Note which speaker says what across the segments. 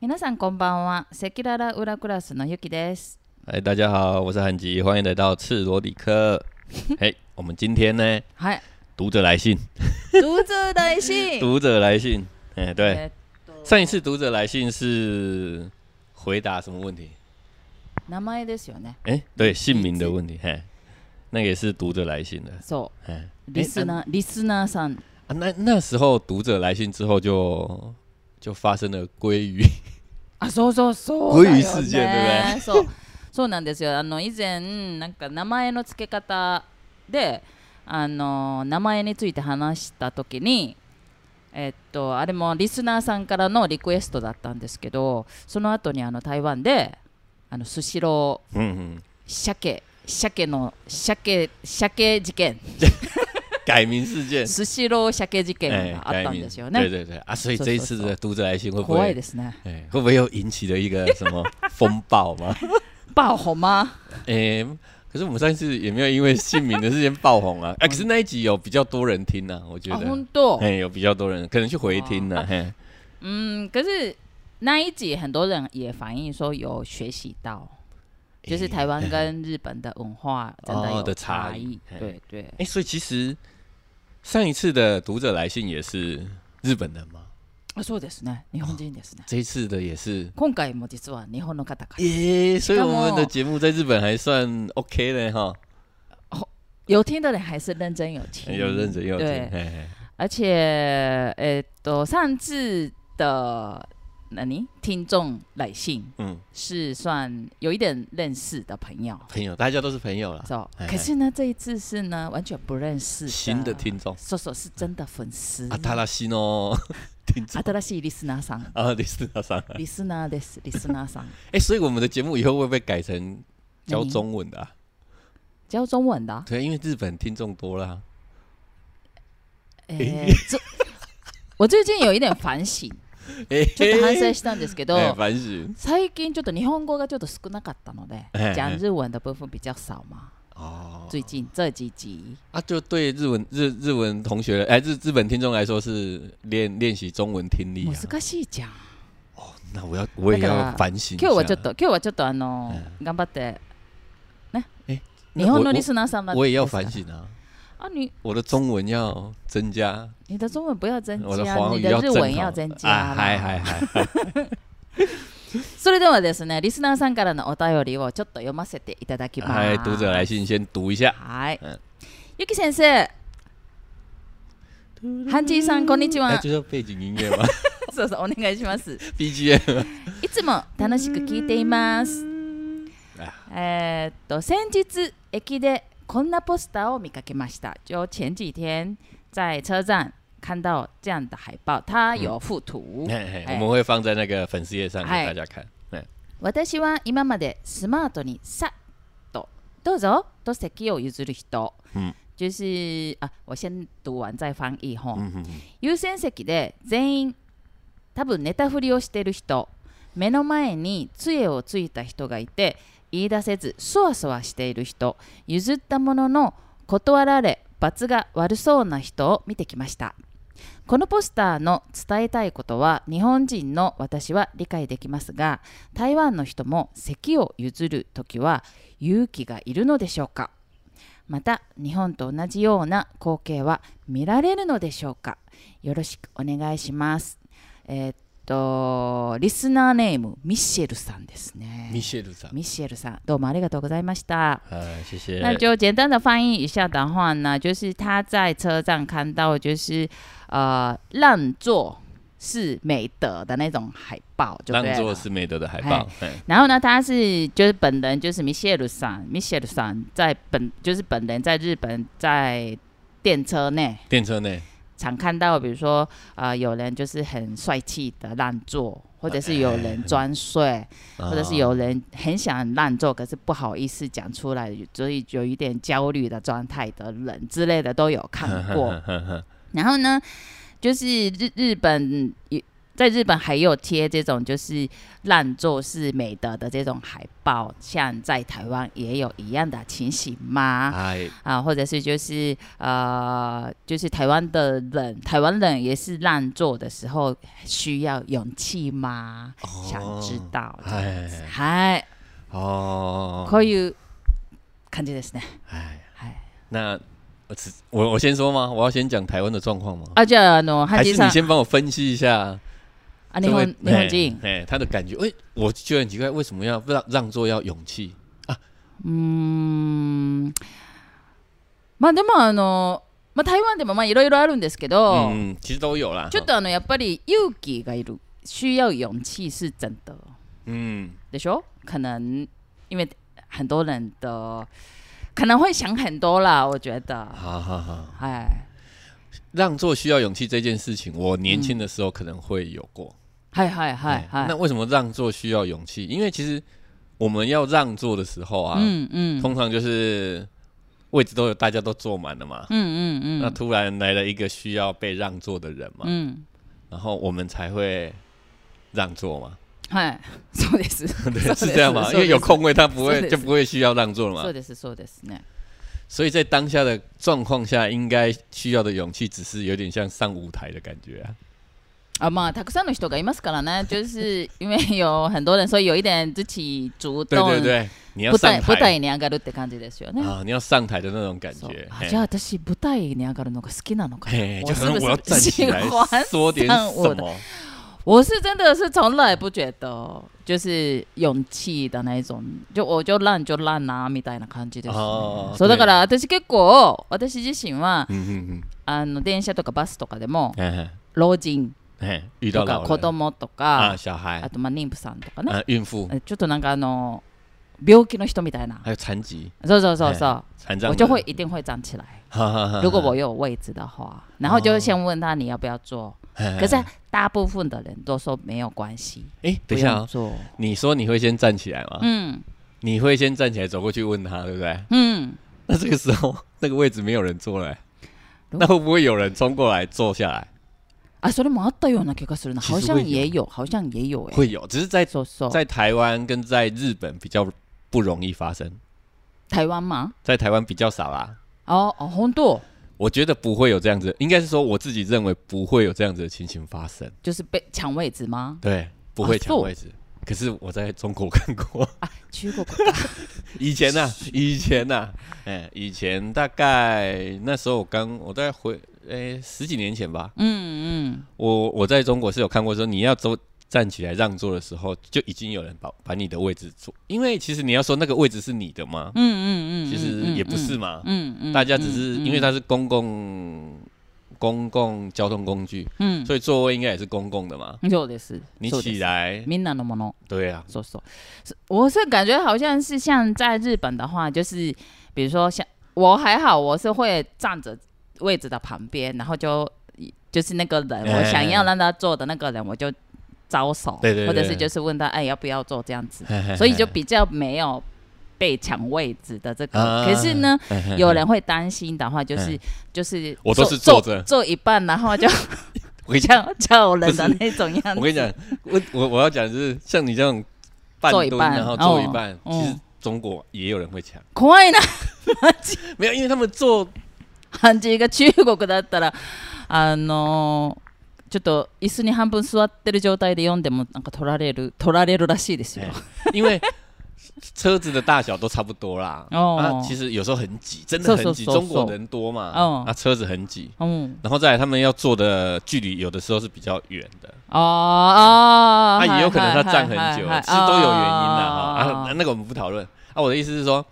Speaker 1: 皆さんこんばんは、セキララウラクラスのゆきです。
Speaker 2: 嗨，哎大家好，我是韩吉，欢迎来到赤裸里 克。嘿，我们今天呢，
Speaker 1: はい、
Speaker 2: 读者来信，
Speaker 1: 读者来 信。
Speaker 2: 读者来信，哎、对，
Speaker 1: えっと
Speaker 2: 上一次读者来信是回答什么问题？
Speaker 1: 名前ですよね。
Speaker 2: 哎、对，姓名的问题，嘿，那个也是读者来信的，
Speaker 1: そ
Speaker 2: 哎、
Speaker 1: う、リスナー、リスナーさん。
Speaker 2: 啊，那那时候读者来信之后就就发生了鲑 鱼，
Speaker 1: あ、そうそうそうだよ、ね。
Speaker 2: こういう事件 ね
Speaker 1: そう、そうなんですよ。あの以前なんか名前の付け方で、あの名前について話した時に。えっと、あれもリスナーさんからのリクエストだったんですけどその後にあの台湾であのスシロー
Speaker 2: 嗯嗯，
Speaker 1: 鮭鮭の鮭鮭事件
Speaker 2: 改名事件，哎
Speaker 1: スシロー鮭事件があっ
Speaker 2: 改
Speaker 1: たん
Speaker 2: 名啊
Speaker 1: ですよ
Speaker 2: 对
Speaker 1: ね。
Speaker 2: 对对啊，所以这一次的读者来信会不
Speaker 1: 怖
Speaker 2: 会
Speaker 1: いですね。
Speaker 2: 哎、会不会又引起了一个什 么风暴嘛？
Speaker 1: 爆红吗？
Speaker 2: 哎、可是我们上一次也没有因为姓名的事件爆 红啊。哎、可是那一集有比较多人听呢、啊，我觉
Speaker 1: あ、
Speaker 2: 得
Speaker 1: 本。当
Speaker 2: 哎、。有比较多人可能去回听呢、啊。嘿、
Speaker 1: 嗯，可是那一集很多人也反映说有学习到，就是台湾跟日本的文化真的
Speaker 2: 哦
Speaker 1: 有
Speaker 2: 的差
Speaker 1: 差异
Speaker 2: 异。嘿
Speaker 1: 对对
Speaker 2: 哎、，所以其实上一次的读者来信也是日本人嘛，
Speaker 1: あ、そうですね。日本人ですね。
Speaker 2: 这一次的也是。
Speaker 1: 今回も実は日本の方から
Speaker 2: 耶、所以
Speaker 1: 干
Speaker 2: 我
Speaker 1: 嘛
Speaker 2: 们的节目在日本还算 OK 呢，哈，
Speaker 1: 有听的人还是认真有听，
Speaker 2: 有认真有听，
Speaker 1: 对
Speaker 2: 嘿，嘿
Speaker 1: 而且えっと上次的何听众来信。
Speaker 2: 嗯，
Speaker 1: 是算有一点认识的朋友。
Speaker 2: 朋友，大家都是朋友啦，
Speaker 1: 走，
Speaker 2: 哎
Speaker 1: 可是呢，哦这一次是呢完全不认识
Speaker 2: 新的，听众，啊
Speaker 1: 说啊说是真的粉丝。
Speaker 2: 阿塔拉西诺听众
Speaker 1: 新しいリスナーさん、
Speaker 2: 哦 啊，李斯纳桑，
Speaker 1: リスナーです、リスナーさん。
Speaker 2: 哎、所以我们的节目以后会不会改成
Speaker 1: 嗯
Speaker 2: 教中文的、啊？
Speaker 1: 教中文的啊，
Speaker 2: 对，因为日本听众多啦。
Speaker 1: 诶这我最近有一点反 省，
Speaker 2: 哎、
Speaker 1: ちょっと反省したんですけど、
Speaker 2: 哎反省
Speaker 1: 最近ちょっと日本語がちょっと少なかったので
Speaker 2: 哎哎，
Speaker 1: 讲日文的部分比较少嘛。
Speaker 2: 哦
Speaker 1: 最近这几集，
Speaker 2: 啊，就对日文日日文同学，哎、日日本听众来说是练练习中文听力、
Speaker 1: 難
Speaker 2: 啊。
Speaker 1: しいじゃん。
Speaker 2: 那我要我也
Speaker 1: 那个
Speaker 2: 要反省一下。
Speaker 1: 今日はちょっと、今日はちょっとあの
Speaker 2: 哎
Speaker 1: 頑張って
Speaker 2: 那
Speaker 1: 日本
Speaker 2: 我
Speaker 1: のリスナーさんだ
Speaker 2: 我
Speaker 1: った
Speaker 2: 我也要
Speaker 1: ですから
Speaker 2: 反省啊，
Speaker 1: 啊，你
Speaker 2: 我的中文要增加，
Speaker 1: 你的中文不要增
Speaker 2: 我的
Speaker 1: 加，
Speaker 2: 华
Speaker 1: 你
Speaker 2: 语
Speaker 1: 的日
Speaker 2: 正
Speaker 1: 文
Speaker 2: 统
Speaker 1: 要增加啦。
Speaker 2: 啊，还 还还，
Speaker 1: それではですね、リスナーさんからのお便りをちょっと読ませていただきます。
Speaker 2: 哎，读者来信先读一 下。
Speaker 1: はい
Speaker 2: うん。
Speaker 1: ゆき先生、ハンジーさんこんにち
Speaker 2: 哎，
Speaker 1: は。
Speaker 2: 就是背景音乐嘛
Speaker 1: そうそうお願いします。
Speaker 2: ，BGM。
Speaker 1: いつも楽しく聞いています
Speaker 2: あ。
Speaker 1: えーっと先日駅でこんなポスターを見かけました。就前几天在车站看到这样的海报，它有附图。
Speaker 2: 嘿嘿
Speaker 1: 哎
Speaker 2: 我们会放在那个粉丝页上给
Speaker 1: 哎
Speaker 2: 大家看。哎
Speaker 1: 私は今までスマートにさっとどうぞと席を譲る人、
Speaker 2: うん
Speaker 1: 就是あ、我先读完再翻译哈、
Speaker 2: 嗯嗯嗯
Speaker 1: 優先席で全員多分寝たふりをしてる人目の前に杖をついた人がいて言い出せずそわそわしている人譲ったものの断られ罰が悪そうな人を見てきましたこのポスターの伝えたいことは日本人の私は理解できますが台湾の人も席を譲るときは勇気がいるのでしょうかまた日本と同じような光景は見られるのでしょうかよろしくお願いしますえーっとリスナーネームミッシェルさんですね
Speaker 2: 米谢组长，
Speaker 1: ミシェルさんどうもありがとうございました
Speaker 2: 哎，谢谢。
Speaker 1: 那就简单的翻译一下的话呢，就是他在车站看到就是呃让座是美德的那种海报，就
Speaker 2: 让
Speaker 1: 对
Speaker 2: 座
Speaker 1: 了
Speaker 2: 是美德的海报。哎
Speaker 1: 然后呢，他是就是本人就是米歇尔桑，米歇尔桑在本就是本人在日本在电车内
Speaker 2: 电车内，
Speaker 1: 常看到，比如说呃有人就是很帅气的让座，或者是有
Speaker 2: 哎
Speaker 1: 人装睡，
Speaker 2: 或
Speaker 1: 或者是
Speaker 2: 啊
Speaker 1: 有人很想让座，可是不好意思讲出来，所以有一点焦虑的状态的人之 啊类的都有看过。然后呢，就是日日本有在日本还有贴这种就是让座是美德的这种海报，像在台湾也有一样的情形吗？
Speaker 2: はい。
Speaker 1: 啊，或者是就是呃，就是台湾的人，台湾人也是让座的时候需要勇气吗？想知道。
Speaker 2: はいはいはい。
Speaker 1: はい、
Speaker 2: 哎哦，
Speaker 1: こういう感じですね。
Speaker 2: 哎，
Speaker 1: はい。
Speaker 2: 那我只我我先说吗？我要先讲台湾的状况吗？
Speaker 1: あ、じゃああのハ
Speaker 2: 还
Speaker 1: ンジ
Speaker 2: 是
Speaker 1: さ
Speaker 2: 你
Speaker 1: ん、
Speaker 2: 先帮我分析一
Speaker 1: 啊
Speaker 2: 下
Speaker 1: あ日
Speaker 2: 这位
Speaker 1: 本日本人。
Speaker 2: 哎，哎他的感觉。哎，我就很奇怪，为什么要让让座要勇气？
Speaker 1: うんまあでもあの、まあ、台湾でもまあいろいろあるんですけど、
Speaker 2: 嗯，其实都有啦。
Speaker 1: ちょっとあのやっぱり勇気がいる需要勇气是真的
Speaker 2: 嗯，
Speaker 1: でしょ可能因为很多人的可能会想很多啦我觉得
Speaker 2: 好好好，
Speaker 1: はい
Speaker 2: 让座需要勇气这件事情，我年轻的时候可能会有过。
Speaker 1: はいはいはい
Speaker 2: 哎
Speaker 1: は
Speaker 2: 那
Speaker 1: い
Speaker 2: 为什么让座需要勇气？因为其实我们要让座的时候啊，
Speaker 1: うんうん
Speaker 2: 通常就是位置都有大家都坐满了嘛。
Speaker 1: うんうんう
Speaker 2: 那
Speaker 1: ん
Speaker 2: 突然来了一个需要被让座的人嘛，
Speaker 1: うん
Speaker 2: 然后我们才会让座嘛，
Speaker 1: はいそう です
Speaker 2: 对，
Speaker 1: そう
Speaker 2: 是
Speaker 1: です
Speaker 2: 这样吗？因为有空位，他不
Speaker 1: そう
Speaker 2: 会
Speaker 1: です
Speaker 2: 就不会需要让座了
Speaker 1: そう
Speaker 2: 嘛。
Speaker 1: ですそうですね
Speaker 2: 所以在当下的状况下，应该需要的勇气，只是有点像上舞台的感觉啊。
Speaker 1: 啊，嘛，たくさんの人がいますからね， 就是因为有很多人，所以有一点自己主
Speaker 2: 对
Speaker 1: 动
Speaker 2: 对对，你要
Speaker 1: 舞台
Speaker 2: 上
Speaker 1: 舞
Speaker 2: 台
Speaker 1: 台に上がるって感じですよね。
Speaker 2: 啊，你要上台的那种感
Speaker 1: そう
Speaker 2: 觉。
Speaker 1: あ
Speaker 2: 嘿
Speaker 1: じゃあ私舞台に上がるのが好きなのかな
Speaker 2: 嘿，，就
Speaker 1: 我
Speaker 2: 可
Speaker 1: 是
Speaker 2: 能
Speaker 1: 不
Speaker 2: 我要站
Speaker 1: 是
Speaker 2: 起
Speaker 1: 喜
Speaker 2: 来
Speaker 1: 欢
Speaker 2: 说点
Speaker 1: 上舞
Speaker 2: 什
Speaker 1: 的？
Speaker 2: 么。
Speaker 1: 我是真的是从来不觉得就是勇气的那一种，就我就烂就烂啊みたいな感じですね
Speaker 2: あ。ー
Speaker 1: そうだから私結構私自身は
Speaker 2: 嗯嗯
Speaker 1: あの電車とかバスとかでも
Speaker 2: 嗯，哎
Speaker 1: 老人
Speaker 2: 哎，遇到
Speaker 1: とか
Speaker 2: 老
Speaker 1: 子
Speaker 2: 人
Speaker 1: 供と
Speaker 2: 啊，
Speaker 1: か
Speaker 2: 小
Speaker 1: あ
Speaker 2: 孩
Speaker 1: とまあ妊婦さんとかね。
Speaker 2: 啊，孕妇，
Speaker 1: えちょっとなんかあの病気の人みたいな
Speaker 2: 还。有残疾、
Speaker 1: そうそうそうそう。
Speaker 2: 残障
Speaker 1: 我
Speaker 2: 的，
Speaker 1: 就会一定会站起来，
Speaker 2: 哈哈哈哈。
Speaker 1: 如果我有位置的话，然后就先问他你要不要坐。
Speaker 2: 哎，
Speaker 1: 可是大部分的人都说没有关系，
Speaker 2: 哎，
Speaker 1: 不
Speaker 2: 等一下
Speaker 1: 用
Speaker 2: 哦，
Speaker 1: 坐。
Speaker 2: 你说你会先站起来吗？
Speaker 1: 嗯
Speaker 2: 你会先站起来走过去问他，对不对？
Speaker 1: 嗯，
Speaker 2: 那这个时候那个位置没有人坐了、欸
Speaker 1: 如
Speaker 2: 那会不会有人冲过来坐下来？
Speaker 1: 啊，それもあったような気がするな。
Speaker 2: 其
Speaker 1: 好
Speaker 2: 实
Speaker 1: 像
Speaker 2: 会有
Speaker 1: 也有，好像也有哎。
Speaker 2: 会有，只是在
Speaker 1: そうそう。
Speaker 2: 在台湾跟在日本比较不容易发生，
Speaker 1: 台湾吗？
Speaker 2: 在台湾比较少啦。
Speaker 1: 哦哦，本当。
Speaker 2: 我觉得不会有这样子，应该是说我自己认为不会有这样子的情形发生，啊哦
Speaker 1: 就是被抢位置吗？
Speaker 2: 对，不会抢位置。可是我在中国看过，
Speaker 1: 中国
Speaker 2: 以前 呐、以前呐、哎、以前大概那时候我刚，我大概回，哎、十几年前吧，
Speaker 1: 嗯嗯，
Speaker 2: 我我在中国是有看过说，你要走站起来让座的时候，就已经有人把把你的位置坐，因为其实你要说那个位置是你的吗？
Speaker 1: 嗯嗯嗯，嗯
Speaker 2: 其实也不是，嘛，
Speaker 1: 嗯嗯嗯，
Speaker 2: 大家只是
Speaker 1: 嗯
Speaker 2: 因为，它是公共公共交通工具，
Speaker 1: 嗯，
Speaker 2: 所以座位应该也是公共的嘛。
Speaker 1: そうです。
Speaker 2: 你
Speaker 1: そうで
Speaker 2: 起
Speaker 1: す
Speaker 2: 来，
Speaker 1: みんなのもの。
Speaker 2: 对啊，
Speaker 1: 说说，是我是感觉好像是像在日本的话，就是比如说像我还好，我是会站着位置的旁边，然后就就是那个人，
Speaker 2: 哎
Speaker 1: 我想要让他坐的那个人，我就招手，
Speaker 2: 对对对哎
Speaker 1: 或者是就是问他，哎，要不要坐这样子，
Speaker 2: 嘿嘿嘿
Speaker 1: 所以就比较没有被抢位置的这个。
Speaker 2: 啊
Speaker 1: 可是 呢，
Speaker 2: 嘿嘿嘿
Speaker 1: 有人会担心的话，就是
Speaker 2: 嗯
Speaker 1: 就是
Speaker 2: 我都是
Speaker 1: 坐
Speaker 2: 坐着
Speaker 1: 坐一半，然后就
Speaker 2: 我跟你讲，
Speaker 1: 叫叫 人的那种样子。
Speaker 2: 我跟你讲，我我我要讲就是像你这种半
Speaker 1: 坐一
Speaker 2: 蹲，
Speaker 1: 半
Speaker 2: 然后坐一半，
Speaker 1: 哦
Speaker 2: 其实
Speaker 1: 嗯
Speaker 2: 中国也有人会抢，
Speaker 1: 怖いな。
Speaker 2: 没有，因为他们坐
Speaker 1: 感じが中国だったらあのーちょっと椅子に半分座ってる状態で読んでもなんか取られる取られるらしいですよ。
Speaker 2: 因为车子的大小都差不多啦。
Speaker 1: 哦
Speaker 2: 啊，其实有时候很挤，真的很挤。
Speaker 1: 嗖嗖嗖嗖
Speaker 2: 中国人多嘛，
Speaker 1: 哦
Speaker 2: 啊，车子很挤。
Speaker 1: うん、
Speaker 2: 然后再来，他们要坐的距离有的时候是比较远的，
Speaker 1: あーあ
Speaker 2: 啊，
Speaker 1: ー、
Speaker 2: 也有可能他站很久，其实都有原因啦。
Speaker 1: 哦
Speaker 2: 哈，啊，那
Speaker 1: あ
Speaker 2: 那个我们不讨论。啊，我的意思是说，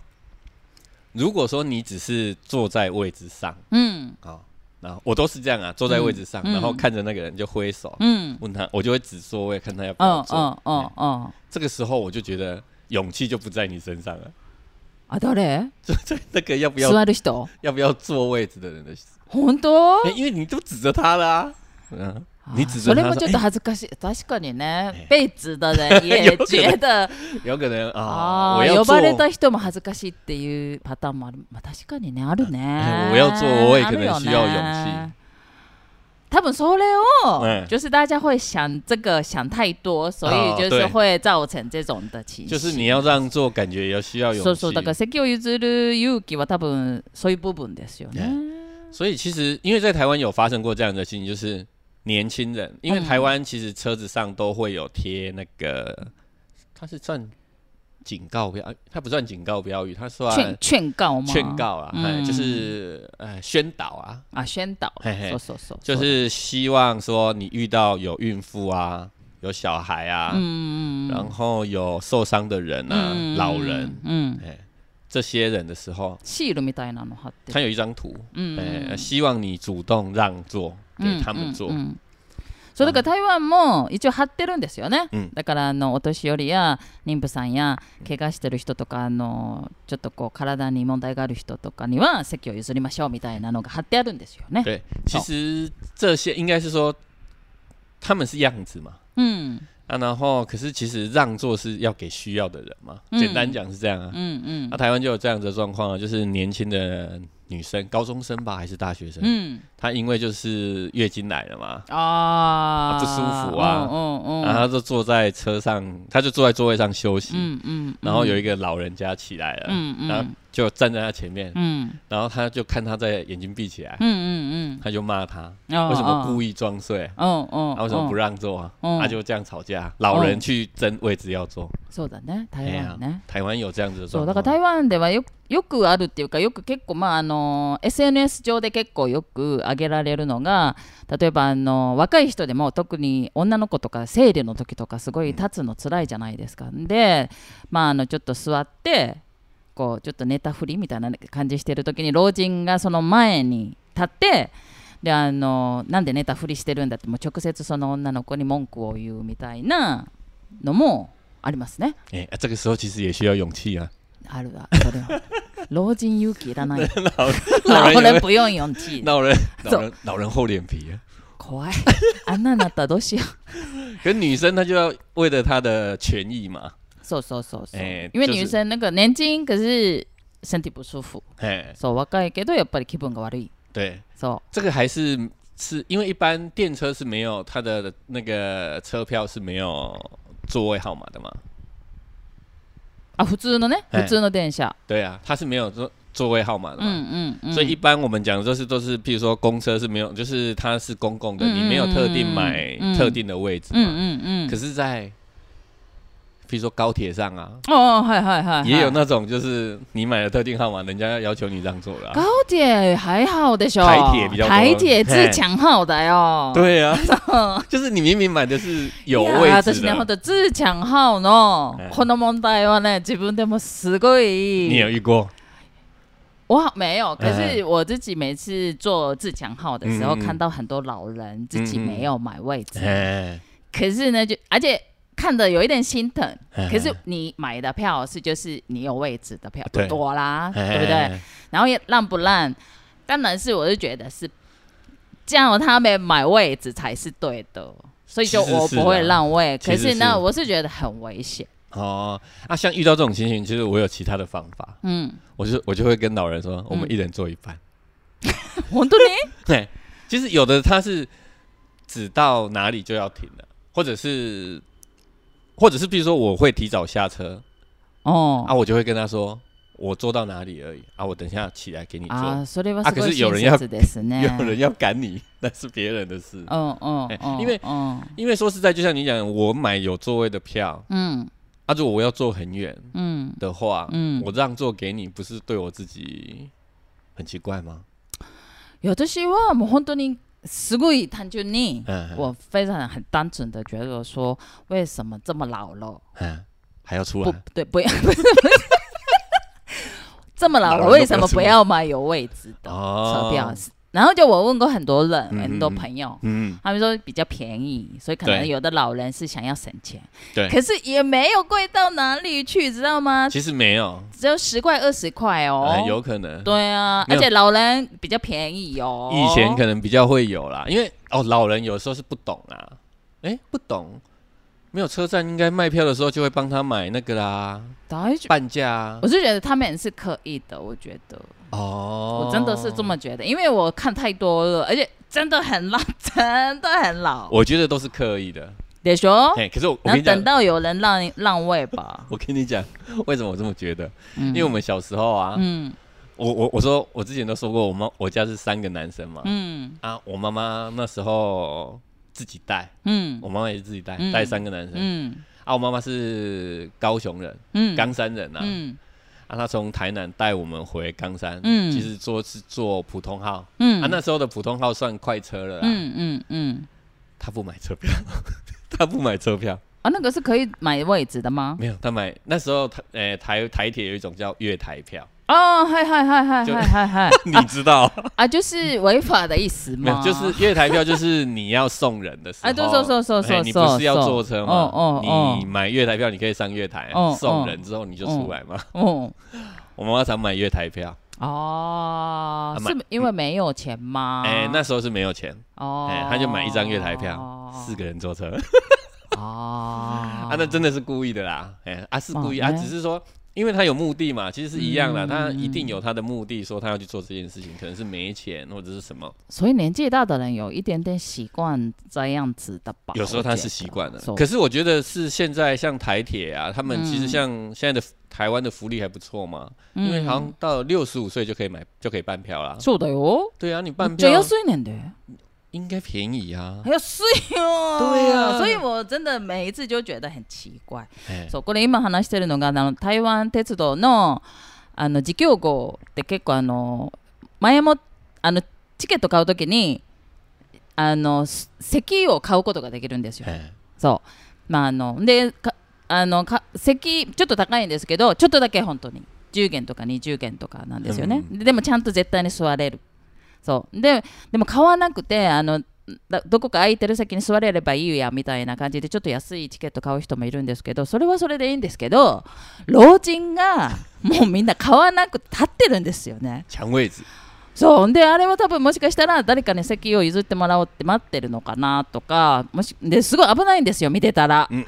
Speaker 2: 如果说你只是坐在位置上
Speaker 1: うん
Speaker 2: 啊，然后我都是这样啊，坐在位置上，
Speaker 1: 嗯嗯嗯
Speaker 2: 然后看着那个人就挥手，
Speaker 1: うん
Speaker 2: 问他，我就会指座位看他要不
Speaker 1: う
Speaker 2: 要
Speaker 1: んう
Speaker 2: 坐
Speaker 1: ん。うんうん
Speaker 2: 这个时候我就觉得勇气就不在你身上了。
Speaker 1: あ誰
Speaker 2: 就在那个要不要
Speaker 1: 座る人
Speaker 2: 要不要坐位置的人的，
Speaker 1: 本当
Speaker 2: 哎、因为你都指着他了啊，嗯，你指
Speaker 1: そ
Speaker 2: 着
Speaker 1: れ
Speaker 2: 他
Speaker 1: も
Speaker 2: 说
Speaker 1: ちょっ
Speaker 2: 哎
Speaker 1: と恥ずかしい。確かにね
Speaker 2: え、
Speaker 1: ベイツだね。 也觉得
Speaker 2: 有可能
Speaker 1: あ
Speaker 2: 啊，我
Speaker 1: あ、
Speaker 2: 要
Speaker 1: 呼
Speaker 2: 坐
Speaker 1: ば，れた人も恥ずかしいっていうパターン もある。まあ、確かにね、あるね。
Speaker 2: 我要做我也可能
Speaker 1: あるよね
Speaker 2: 需要勇气
Speaker 1: 多分それ
Speaker 2: 嗯
Speaker 1: を，就是大家会想这个想太多，所
Speaker 2: 哦
Speaker 1: 以就
Speaker 2: 对
Speaker 1: 是会造成这种的情绪。
Speaker 2: 就是你要让座，感觉也需要勇
Speaker 1: そう
Speaker 2: 气。
Speaker 1: そ
Speaker 2: 啊
Speaker 1: うだから席を譲る勇気は多分そういう部分ですよね。
Speaker 2: 所以其实因为在台湾有发生过这样的事情，就是年轻人，因为
Speaker 1: 嗯
Speaker 2: 台湾其实车子上都会有贴那个，它是算警告标，哎它不算警告标语，
Speaker 1: 劝
Speaker 2: 它算
Speaker 1: 劝告吗？
Speaker 2: 劝告啊，
Speaker 1: 嗯
Speaker 2: 哎就是呃宣导啊，
Speaker 1: 啊，宣导。
Speaker 2: 嘿嘿
Speaker 1: そうそうそう。
Speaker 2: 就是希望说你遇到有孕妇啊、有小孩啊，
Speaker 1: 嗯，嗯嗯
Speaker 2: 然后有受伤的人啊、
Speaker 1: 嗯
Speaker 2: 老人哎
Speaker 1: 嗯，
Speaker 2: 这些人的时候，
Speaker 1: シールみたいなの貼って。
Speaker 2: 它有一张图，
Speaker 1: 嗯
Speaker 2: 哎、希望你主动让座给他们坐。
Speaker 1: うんうんうんそうだから台湾も一応貼ってるんですよね、
Speaker 2: うん
Speaker 1: だからあのお年寄りや妊婦さんや怪我してる人とかあのちょっとこう体に問題がある人とかには席を譲りましょうみたいなのが貼ってあるんですよね。
Speaker 2: 对，其实这些应该是说他们是样子嘛，
Speaker 1: うん
Speaker 2: 啊，然后可是其实让座是要给需要的人嘛，
Speaker 1: 嗯
Speaker 2: 简单讲是这样啊
Speaker 1: うん。うん
Speaker 2: 那、台湾就有这样的状况啊，就是年轻的女生，高中生吧还是大学生，
Speaker 1: うん、
Speaker 2: 她因为就是月经来了嘛，
Speaker 1: あ
Speaker 2: あ
Speaker 1: ー
Speaker 2: 不舒服啊
Speaker 1: うんうんうん
Speaker 2: 然后她就坐在车上，她就坐在座位上休息，
Speaker 1: うんうん
Speaker 2: 然后有一个老人家起来了，
Speaker 1: うんうん
Speaker 2: 然后就站在她前面，
Speaker 1: うん
Speaker 2: 然后她就看她在眼睛闭起来，
Speaker 1: うんうん
Speaker 2: 她就骂她
Speaker 1: うんあー
Speaker 2: 为什么
Speaker 1: あー
Speaker 2: 故意装睡。
Speaker 1: うんうん
Speaker 2: 啊，为什么不让座啊？
Speaker 1: 嗯
Speaker 2: 啊，就这样吵架，老人去争位置要坐。
Speaker 1: そうだね
Speaker 2: 哎
Speaker 1: 台
Speaker 2: 呀
Speaker 1: 湾ね。
Speaker 2: 台湾有这样子的
Speaker 1: そう
Speaker 2: 状
Speaker 1: だ
Speaker 2: 况
Speaker 1: から。台湾ではよよくあるっていうかよく結構まああの SNS 上で結構よく挙げられるのが例えばあの若い人でも特に女の子とか生理の時とかすごい立つのつらいじゃないですか。でまああのちょっと座ってこうちょっと寝たふりみたいな感じしてる時に老人がその前に立ってであのなんで寝たふりしてるんだってもう直接その女の子に文句を言うみたいなのもありますね。
Speaker 2: 哎、啊这个时候其实也需要勇气啊。
Speaker 1: あるわ、それ は。老人勇気いら ない。
Speaker 2: 老
Speaker 1: 老
Speaker 2: 人有没
Speaker 1: 人
Speaker 2: 有
Speaker 1: 不用勇气。
Speaker 2: 老人，
Speaker 1: 走
Speaker 2: 老人，老人厚脸皮、啊。
Speaker 1: 怖い。あんなになったらどうしよう。
Speaker 2: 可女生她就要为了她的权益嘛，
Speaker 1: そうそうそうそう。
Speaker 2: えー
Speaker 1: 因为
Speaker 2: 就是
Speaker 1: 女生那个年轻，可是身体不舒服。
Speaker 2: 哎，
Speaker 1: そう若いけどやっぱり気分が悪い。
Speaker 2: 对，
Speaker 1: そ
Speaker 2: 这个还是是因为一般电车是没有它的那个车票是没有座位号码的嘛，
Speaker 1: う。あ、普通のね、
Speaker 2: ええ
Speaker 1: 普通の电車。
Speaker 2: 对啊，它是没有座座位号码的
Speaker 1: うん
Speaker 2: 嘛。
Speaker 1: うんうん。
Speaker 2: 所以一般我们讲的就是都是，譬如说公车是没有，就是它是公共的，
Speaker 1: 嗯
Speaker 2: 你没有特定买
Speaker 1: 嗯嗯嗯
Speaker 2: 特定的位置
Speaker 1: うん
Speaker 2: 嘛。
Speaker 1: うんう
Speaker 2: 可
Speaker 1: ん。
Speaker 2: 是，在譬如说高铁上啊，
Speaker 1: 哦，はいはいはいはい。
Speaker 2: 也有那种就是你买了特定号码，人家要要求你让座了啊、
Speaker 1: 高铁还好でしょ。
Speaker 2: 台铁比较多
Speaker 1: 台铁自强号だよ。
Speaker 2: 对啊，就是你明明买的是有
Speaker 1: いや
Speaker 2: 位置
Speaker 1: 私ね、本
Speaker 2: 的，
Speaker 1: 当
Speaker 2: 啊
Speaker 1: ズーちゃんハオの
Speaker 2: ええ
Speaker 1: この問題はね、自分でもすご
Speaker 2: 你有
Speaker 1: い。
Speaker 2: 遇过？
Speaker 1: 我好没有，可
Speaker 2: 哎
Speaker 1: 是我自己每次做自强号的时候，
Speaker 2: 嗯嗯
Speaker 1: 看到很多老人自己没有买位置，
Speaker 2: 哎，
Speaker 1: 可是呢，就而且看的有一点心疼。
Speaker 2: 哎
Speaker 1: 可是你买的票是就是你有位置的票不
Speaker 2: 对
Speaker 1: 多啦，
Speaker 2: 哎
Speaker 1: 对不对？？然后也让不让，当然是我是觉得是叫他们买位置才是对的，所以就
Speaker 2: 其实
Speaker 1: 我
Speaker 2: 是
Speaker 1: 不会
Speaker 2: 啦
Speaker 1: 让位。
Speaker 2: 其
Speaker 1: 可
Speaker 2: 实
Speaker 1: 是呢，
Speaker 2: 是
Speaker 1: 我是觉得很危险。
Speaker 2: 哦，啊，像遇到这种情形，其实我有其他的方法，
Speaker 1: 嗯，
Speaker 2: 我就我就会跟老人说，我们一人坐一半。
Speaker 1: 本当に？
Speaker 2: 对，其实有的它是指到哪里就要停了，或者是，或者是比如说我会提早下车啊，
Speaker 1: 哦
Speaker 2: 我就会跟他说我坐到哪里而已啊，我等一下起来给你坐。
Speaker 1: 啊，それは
Speaker 2: あ
Speaker 1: すご
Speaker 2: 可
Speaker 1: い
Speaker 2: 是有人
Speaker 1: 親
Speaker 2: 要
Speaker 1: 切ですね。
Speaker 2: 有人要赶你， 那是别人的事。
Speaker 1: 嗯嗯
Speaker 2: 哎
Speaker 1: 嗯，
Speaker 2: 因为
Speaker 1: 嗯
Speaker 2: 因为说实在，就像你讲，我买有座位的票，
Speaker 1: 嗯
Speaker 2: 啊，如果我要坐很远
Speaker 1: 嗯
Speaker 2: 的话，
Speaker 1: 嗯，
Speaker 2: 我让座给你，不是对我自己很奇怪吗？
Speaker 1: 私はもう本当にすごい単纯に。
Speaker 2: 嗯
Speaker 1: 我非常很单纯的觉得说，为什么这么老了
Speaker 2: 嗯，还要出
Speaker 1: 不
Speaker 2: 来？
Speaker 1: 对，不要，不 是不是这么老
Speaker 2: 老
Speaker 1: 了，
Speaker 2: 人都
Speaker 1: 为什么
Speaker 2: 不
Speaker 1: 不
Speaker 2: 要
Speaker 1: 要买有位置的
Speaker 2: 哦
Speaker 1: 车票？然后就我问过很多人，
Speaker 2: 嗯
Speaker 1: 很多朋友，
Speaker 2: 嗯，
Speaker 1: 他们说比较便宜，所以可能
Speaker 2: 对
Speaker 1: 有的老人是想要省钱，
Speaker 2: 对
Speaker 1: 可是也没有贵到哪里去，知道吗？
Speaker 2: 其实没有，
Speaker 1: 只有十块二十块哦
Speaker 2: 嗯，，有可能。
Speaker 1: 对啊，而
Speaker 2: 没有
Speaker 1: 且老人比较便宜哦，
Speaker 2: 以前可能比较会有啦，因为哦，老人有时候是不懂啦，哎、不懂，没有车站应该卖票的时候就会帮他买那个啦，
Speaker 1: 大丈夫
Speaker 2: 半价啊
Speaker 1: 我，是觉得他们也是可以的，我觉得
Speaker 2: 哦，
Speaker 1: 我真的是这么觉得，因为我看太多了，而且真的很老， 真的很老。
Speaker 2: 我觉得都是刻意的。
Speaker 1: 得说，
Speaker 2: 哎，可是我我
Speaker 1: 然
Speaker 2: 跟
Speaker 1: 后
Speaker 2: 你
Speaker 1: 哦
Speaker 2: 讲
Speaker 1: 等，到有人让让位吧。
Speaker 2: 我跟你讲，为什么我这么觉得？
Speaker 1: 嗯
Speaker 2: 因为我们小时候啊，
Speaker 1: 嗯
Speaker 2: 我我我说我之前都说过，我妈我家是三个男生嘛，
Speaker 1: 嗯
Speaker 2: 啊，我妈妈那时候自己带，
Speaker 1: 嗯
Speaker 2: 我妈妈也是自己带，
Speaker 1: 嗯
Speaker 2: 带三个男生。
Speaker 1: 嗯
Speaker 2: 啊，我妈妈是高雄人，
Speaker 1: 嗯，
Speaker 2: 冈山人啊，
Speaker 1: 嗯
Speaker 2: 啊，她从台南带我们回冈山，
Speaker 1: 嗯
Speaker 2: 其实坐是坐普通号，
Speaker 1: 嗯
Speaker 2: 啊，那时啊候的普通号算快车了啦，
Speaker 1: 嗯嗯嗯
Speaker 2: 她不买车票， 她不买车票，
Speaker 1: 啊，那个是可以买位置的吗？
Speaker 2: 没有，她买那时候台呃台台铁有一种叫月 台票，
Speaker 1: 哦，嗨嗨嗨嗨
Speaker 2: 就
Speaker 1: 嗨嗨嗨
Speaker 2: 你知道，
Speaker 1: 啊，就是违法的意思
Speaker 2: 没
Speaker 1: 吗？
Speaker 2: 有，就是月台票就是你要送人的时候，
Speaker 1: 啊，对，说说说
Speaker 2: 哎
Speaker 1: 说
Speaker 2: 你
Speaker 1: 说，
Speaker 2: 不是要坐车吗？
Speaker 1: 哦哦
Speaker 2: 你买月台票，你可以上月台、啊
Speaker 1: 哦
Speaker 2: 送人之后你就出来嘛。
Speaker 1: 哦
Speaker 2: 我妈妈常买月台票，
Speaker 1: 哦
Speaker 2: 啊，买
Speaker 1: 是因为没有钱吗？
Speaker 2: 哎、那时候是没有钱，
Speaker 1: 啊哦
Speaker 2: 哎、，她就买一张月台票，四个人坐车，
Speaker 1: 哦
Speaker 2: 啊，那真的是故意的啦，哎、啊是故意、
Speaker 1: 哦
Speaker 2: 啊，
Speaker 1: 哎
Speaker 2: 只是说。因为她有目的嘛，其实是一样的，
Speaker 1: 嗯
Speaker 2: 她一定有她的目的，说她要去做这件事情，可能是没钱或者是什么，
Speaker 1: 所以年纪大的人有一点点习惯这样子的吧？
Speaker 2: 有时候
Speaker 1: 我
Speaker 2: 她
Speaker 1: 觉
Speaker 2: 是
Speaker 1: 得
Speaker 2: 习惯了。
Speaker 1: So-
Speaker 2: 可是我觉得是现在像台铁啊，他们其实
Speaker 1: 嗯
Speaker 2: 像现在的台湾的福利还不错嘛，因为好像到六十五岁就可以买，就可以办票啦
Speaker 1: 嗯。そうだよ。
Speaker 2: 对啊，你办
Speaker 1: 这
Speaker 2: 票
Speaker 1: 要睡年的，哎
Speaker 2: 应该便宜啊。
Speaker 1: 还要睡哦。
Speaker 2: 对啊
Speaker 1: 所以我真的每一次就觉得很奇怪。
Speaker 2: 哎
Speaker 1: そうこれ今話してるのがあの台湾鉄道のあの自供号って結構あの前もあのチケット買うときにあのす席を買うことができるんですよ。
Speaker 2: 哎
Speaker 1: そうまああのでかあのか席ちょっと高いんですけどちょっとだけ本当に10元とか20元とかなんですよね、
Speaker 2: う
Speaker 1: ででもちゃんと絶対に座れるそうででも買わなくてあのだどこか空いてる席に座れればいいやみたいな感じでちょっと安いチケット買う人もいるんですけどそれはそれでいいんですけど老人がもうみんな買わなくて立ってるんですよね
Speaker 2: 抢位置。
Speaker 1: そうであれは多分もしかしたら誰かに席を譲ってもらおうって待ってるのかなとかもしですごい危ないんですよ見てたら、
Speaker 2: うん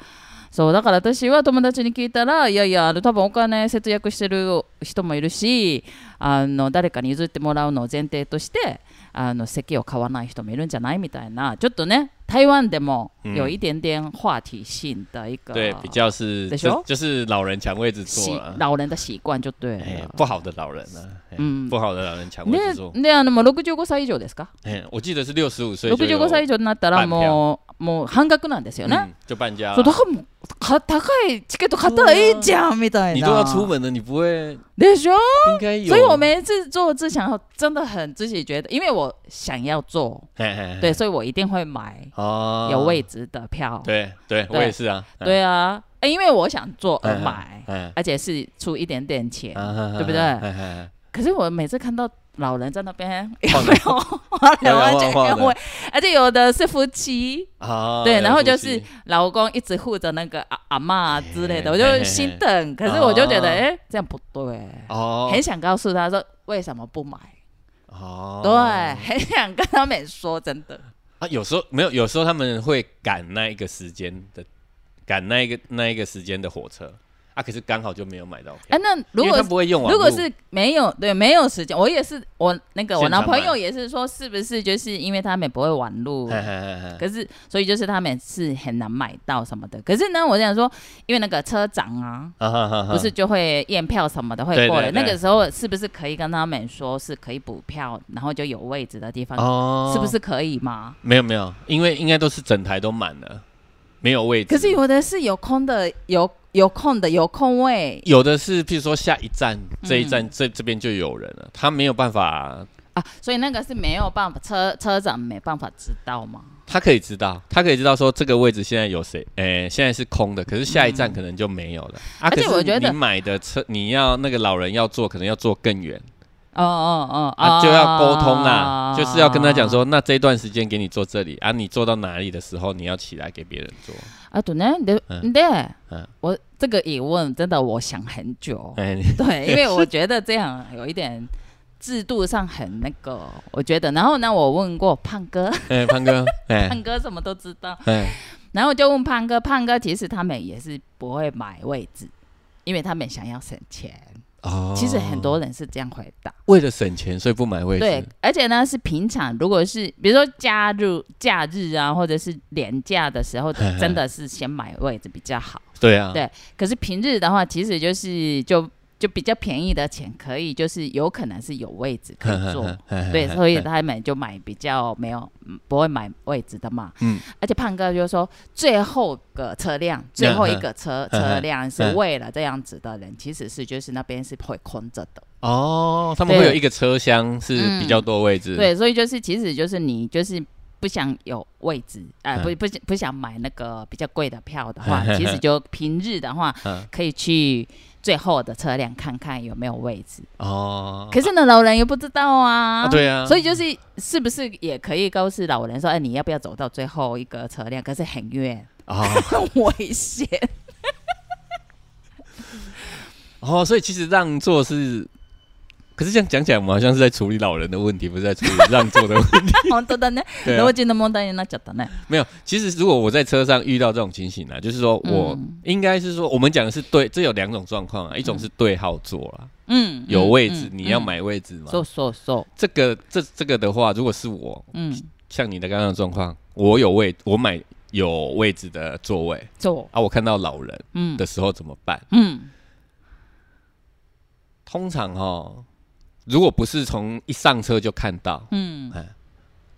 Speaker 1: そうだから私は友達に聞いたらいやいやあの多分お金節約してる人もいるしあの誰かに譲ってもらうのを前提としてあの席を買わない人もいるんじゃないみたいなちょっとね台湾でも
Speaker 2: うん
Speaker 1: 有一点点话题性的一个
Speaker 2: 对，比较是
Speaker 1: でし
Speaker 2: 就
Speaker 1: ょ
Speaker 2: 就是老人抢位置坐
Speaker 1: 习
Speaker 2: 了。
Speaker 1: 哦老人的啊习惯就对了。
Speaker 2: 哎，不好的老人啊，哎
Speaker 1: 嗯
Speaker 2: 不好的老人抢位置坐。
Speaker 1: でであのもう65歳以上ですか
Speaker 2: 哎，我记得是六十五岁就有，
Speaker 1: 65歳以上になったらもうもう半額なんですよね。
Speaker 2: 嗯就半价
Speaker 1: そ
Speaker 2: 了
Speaker 1: う。だからもうか高いチケット買ったらいいじゃんみたいな。
Speaker 2: 你都要出门了，你不会
Speaker 1: でしょ
Speaker 2: 应该有？
Speaker 1: 啊所以我每一次做之前，我真的很自己觉得，因为我想要做，
Speaker 2: 哎哎哎
Speaker 1: 对，所以我一定会买
Speaker 2: 哦
Speaker 1: 有位置的票。
Speaker 2: 对对，
Speaker 1: 对
Speaker 2: 我也是啊。哎
Speaker 1: 对啊，哎因为我想做而
Speaker 2: 哎
Speaker 1: 买，
Speaker 2: 哎
Speaker 1: 而且是出一点点钱。
Speaker 2: 哎
Speaker 1: 对不对
Speaker 2: 哎哎
Speaker 1: 可是我每次看到老人在那边有
Speaker 2: 晃
Speaker 1: 没有花
Speaker 2: 摇
Speaker 1: 来
Speaker 2: 摇
Speaker 1: 花去
Speaker 2: 晃晃的
Speaker 1: 跟我，而且有的是夫妻。
Speaker 2: 哎啊，
Speaker 1: 对，
Speaker 2: 有
Speaker 1: 然后就
Speaker 2: 出息
Speaker 1: 是老公一直护着那个阿阿妈之类的，我
Speaker 2: 嘿嘿
Speaker 1: 就
Speaker 2: 嘿
Speaker 1: 心疼。可是我就觉得，
Speaker 2: 哦
Speaker 1: 哎，这样不对，
Speaker 2: 哦
Speaker 1: 很想告诉他说为什么不买。
Speaker 2: 哦，
Speaker 1: 对，很想跟他们说，真的。
Speaker 2: 啊，有时候没有，有时候他们会赶那一个时间的，赶那一个那一个时间的火车啊，可是刚好就没有买到票。
Speaker 1: 哎，那如
Speaker 2: 因
Speaker 1: 果
Speaker 2: 为他不会用网
Speaker 1: 如果
Speaker 2: 络
Speaker 1: 是没有对没有时间，我也是我那个我
Speaker 2: 现场
Speaker 1: 男朋友
Speaker 2: 买
Speaker 1: 也是说，是不是就是因为他们不会网路
Speaker 2: 嘿，嘿嘿嘿
Speaker 1: 可是所以就是他们是很难买到什么的。可是呢，我想说，因为那个车长啊，
Speaker 2: 啊哈哈哈
Speaker 1: 不是就会验票什么的会
Speaker 2: 对
Speaker 1: 过
Speaker 2: 对
Speaker 1: 来，那
Speaker 2: 对
Speaker 1: 个时候是不是可以跟他们说是可以补票，然后就有位置的地方，
Speaker 2: 哦，
Speaker 1: 是不？是可以吗？
Speaker 2: 没有没有，因为应该都是整台都满了，没有位置。
Speaker 1: 可是有的是有空的，有有空的有空位
Speaker 2: 有的是，譬如说下一站这一站
Speaker 1: 嗯
Speaker 2: 这这边就有人了，他没有办法，
Speaker 1: 啊，所以那个是没有办法，车车长没办法知道吗？
Speaker 2: 他可以知道，他可以知道说这个位置现在有谁，诶，现在是空的，可是下一站可能就没有了啊。
Speaker 1: 嗯而且
Speaker 2: 可是
Speaker 1: 我觉得
Speaker 2: 你买的车，你要那个老人要坐，可能要坐更远。
Speaker 1: 哦哦哦，
Speaker 2: 啊，就要沟通啦
Speaker 1: 啊，
Speaker 2: 就是要跟他讲。说，那这一段时间给你坐这里啊，你坐到哪里的时候，你要起来给别人坐。
Speaker 1: 啊，对呢，你
Speaker 2: 嗯
Speaker 1: 你对
Speaker 2: 嗯，
Speaker 1: 我这个疑问真的我想很久，
Speaker 2: 哎、
Speaker 1: 对，因为我觉得这样有一点制度上很那个，我觉得。然后呢，我问过胖哥，
Speaker 2: 哎，潘哥，哎、
Speaker 1: 胖哥什么都知道。
Speaker 2: 哎，
Speaker 1: 然后我就问胖哥，胖哥其实他们也是不会买位置，因为他们想要省钱。
Speaker 2: 哦
Speaker 1: 其实很多人是这样回答。
Speaker 2: 为了省钱，所以不买位置。
Speaker 1: 哦对，而且呢是平常，如果是比如说假日、假日啊，或者是年假的时候，
Speaker 2: 嘿嘿
Speaker 1: 真的是先买位置比较好。
Speaker 2: 对啊，
Speaker 1: 对可是平日的话，其实就是就就比较便宜的钱，可以就是有可能是有位置可以 坐。
Speaker 2: 嗯
Speaker 1: 对，所以他们就买比较没有嗯不会买位置的嘛。
Speaker 2: 嗯，
Speaker 1: 而且胖哥就说，最后个车辆，最后一个车
Speaker 2: 嗯
Speaker 1: 车辆是
Speaker 2: 嗯
Speaker 1: 为了这样子的人，其实是就是那边是会空着的。
Speaker 2: 哦，他们会
Speaker 1: 对
Speaker 2: 有一个车厢是比较多位置。
Speaker 1: 对，嗯所以就是其实就是你就是不想有位置，哎、
Speaker 2: 嗯
Speaker 1: 不不不想买那个比较贵的票的话，
Speaker 2: 嗯
Speaker 1: 其实就平日的话
Speaker 2: 嗯
Speaker 1: 可以去最后的车辆看看有没有位置。
Speaker 2: 哦，
Speaker 1: 可是呢，老人又不知道啊。
Speaker 2: 啊对啊，
Speaker 1: 所以就是是不是也可以告诉老人说，哎，你要不要走到最后一个车辆？可是很 远，
Speaker 2: 哦
Speaker 1: 很危 险。
Speaker 2: 哦，所以其实让座是，可是这样讲起来，我们好像是在处理老人的问题，不是在处理让座的问题。
Speaker 1: 本当だね。
Speaker 2: 对啊
Speaker 1: 老人の問題になっちゃったね。
Speaker 2: 没有，其实如果我在车上遇到这种情形啊，就是说我
Speaker 1: 嗯
Speaker 2: 应该是说，我们讲的是对，这有两种状况啊，一种是对号座啦，
Speaker 1: 嗯，
Speaker 2: 有
Speaker 1: 嗯
Speaker 2: 位置
Speaker 1: 嗯
Speaker 2: 你要
Speaker 1: 嗯
Speaker 2: 买位置嘛。
Speaker 1: そうそうそう。
Speaker 2: 这个这这个的话，如果是我
Speaker 1: 嗯，
Speaker 2: 像你的刚刚的状况，我有位，我买有位置的座位
Speaker 1: そ
Speaker 2: 啊，我看到老人
Speaker 1: う。うん。
Speaker 2: 的时候怎么办？
Speaker 1: 嗯。
Speaker 2: 通常哦，如果不是从一上车就看到
Speaker 1: 嗯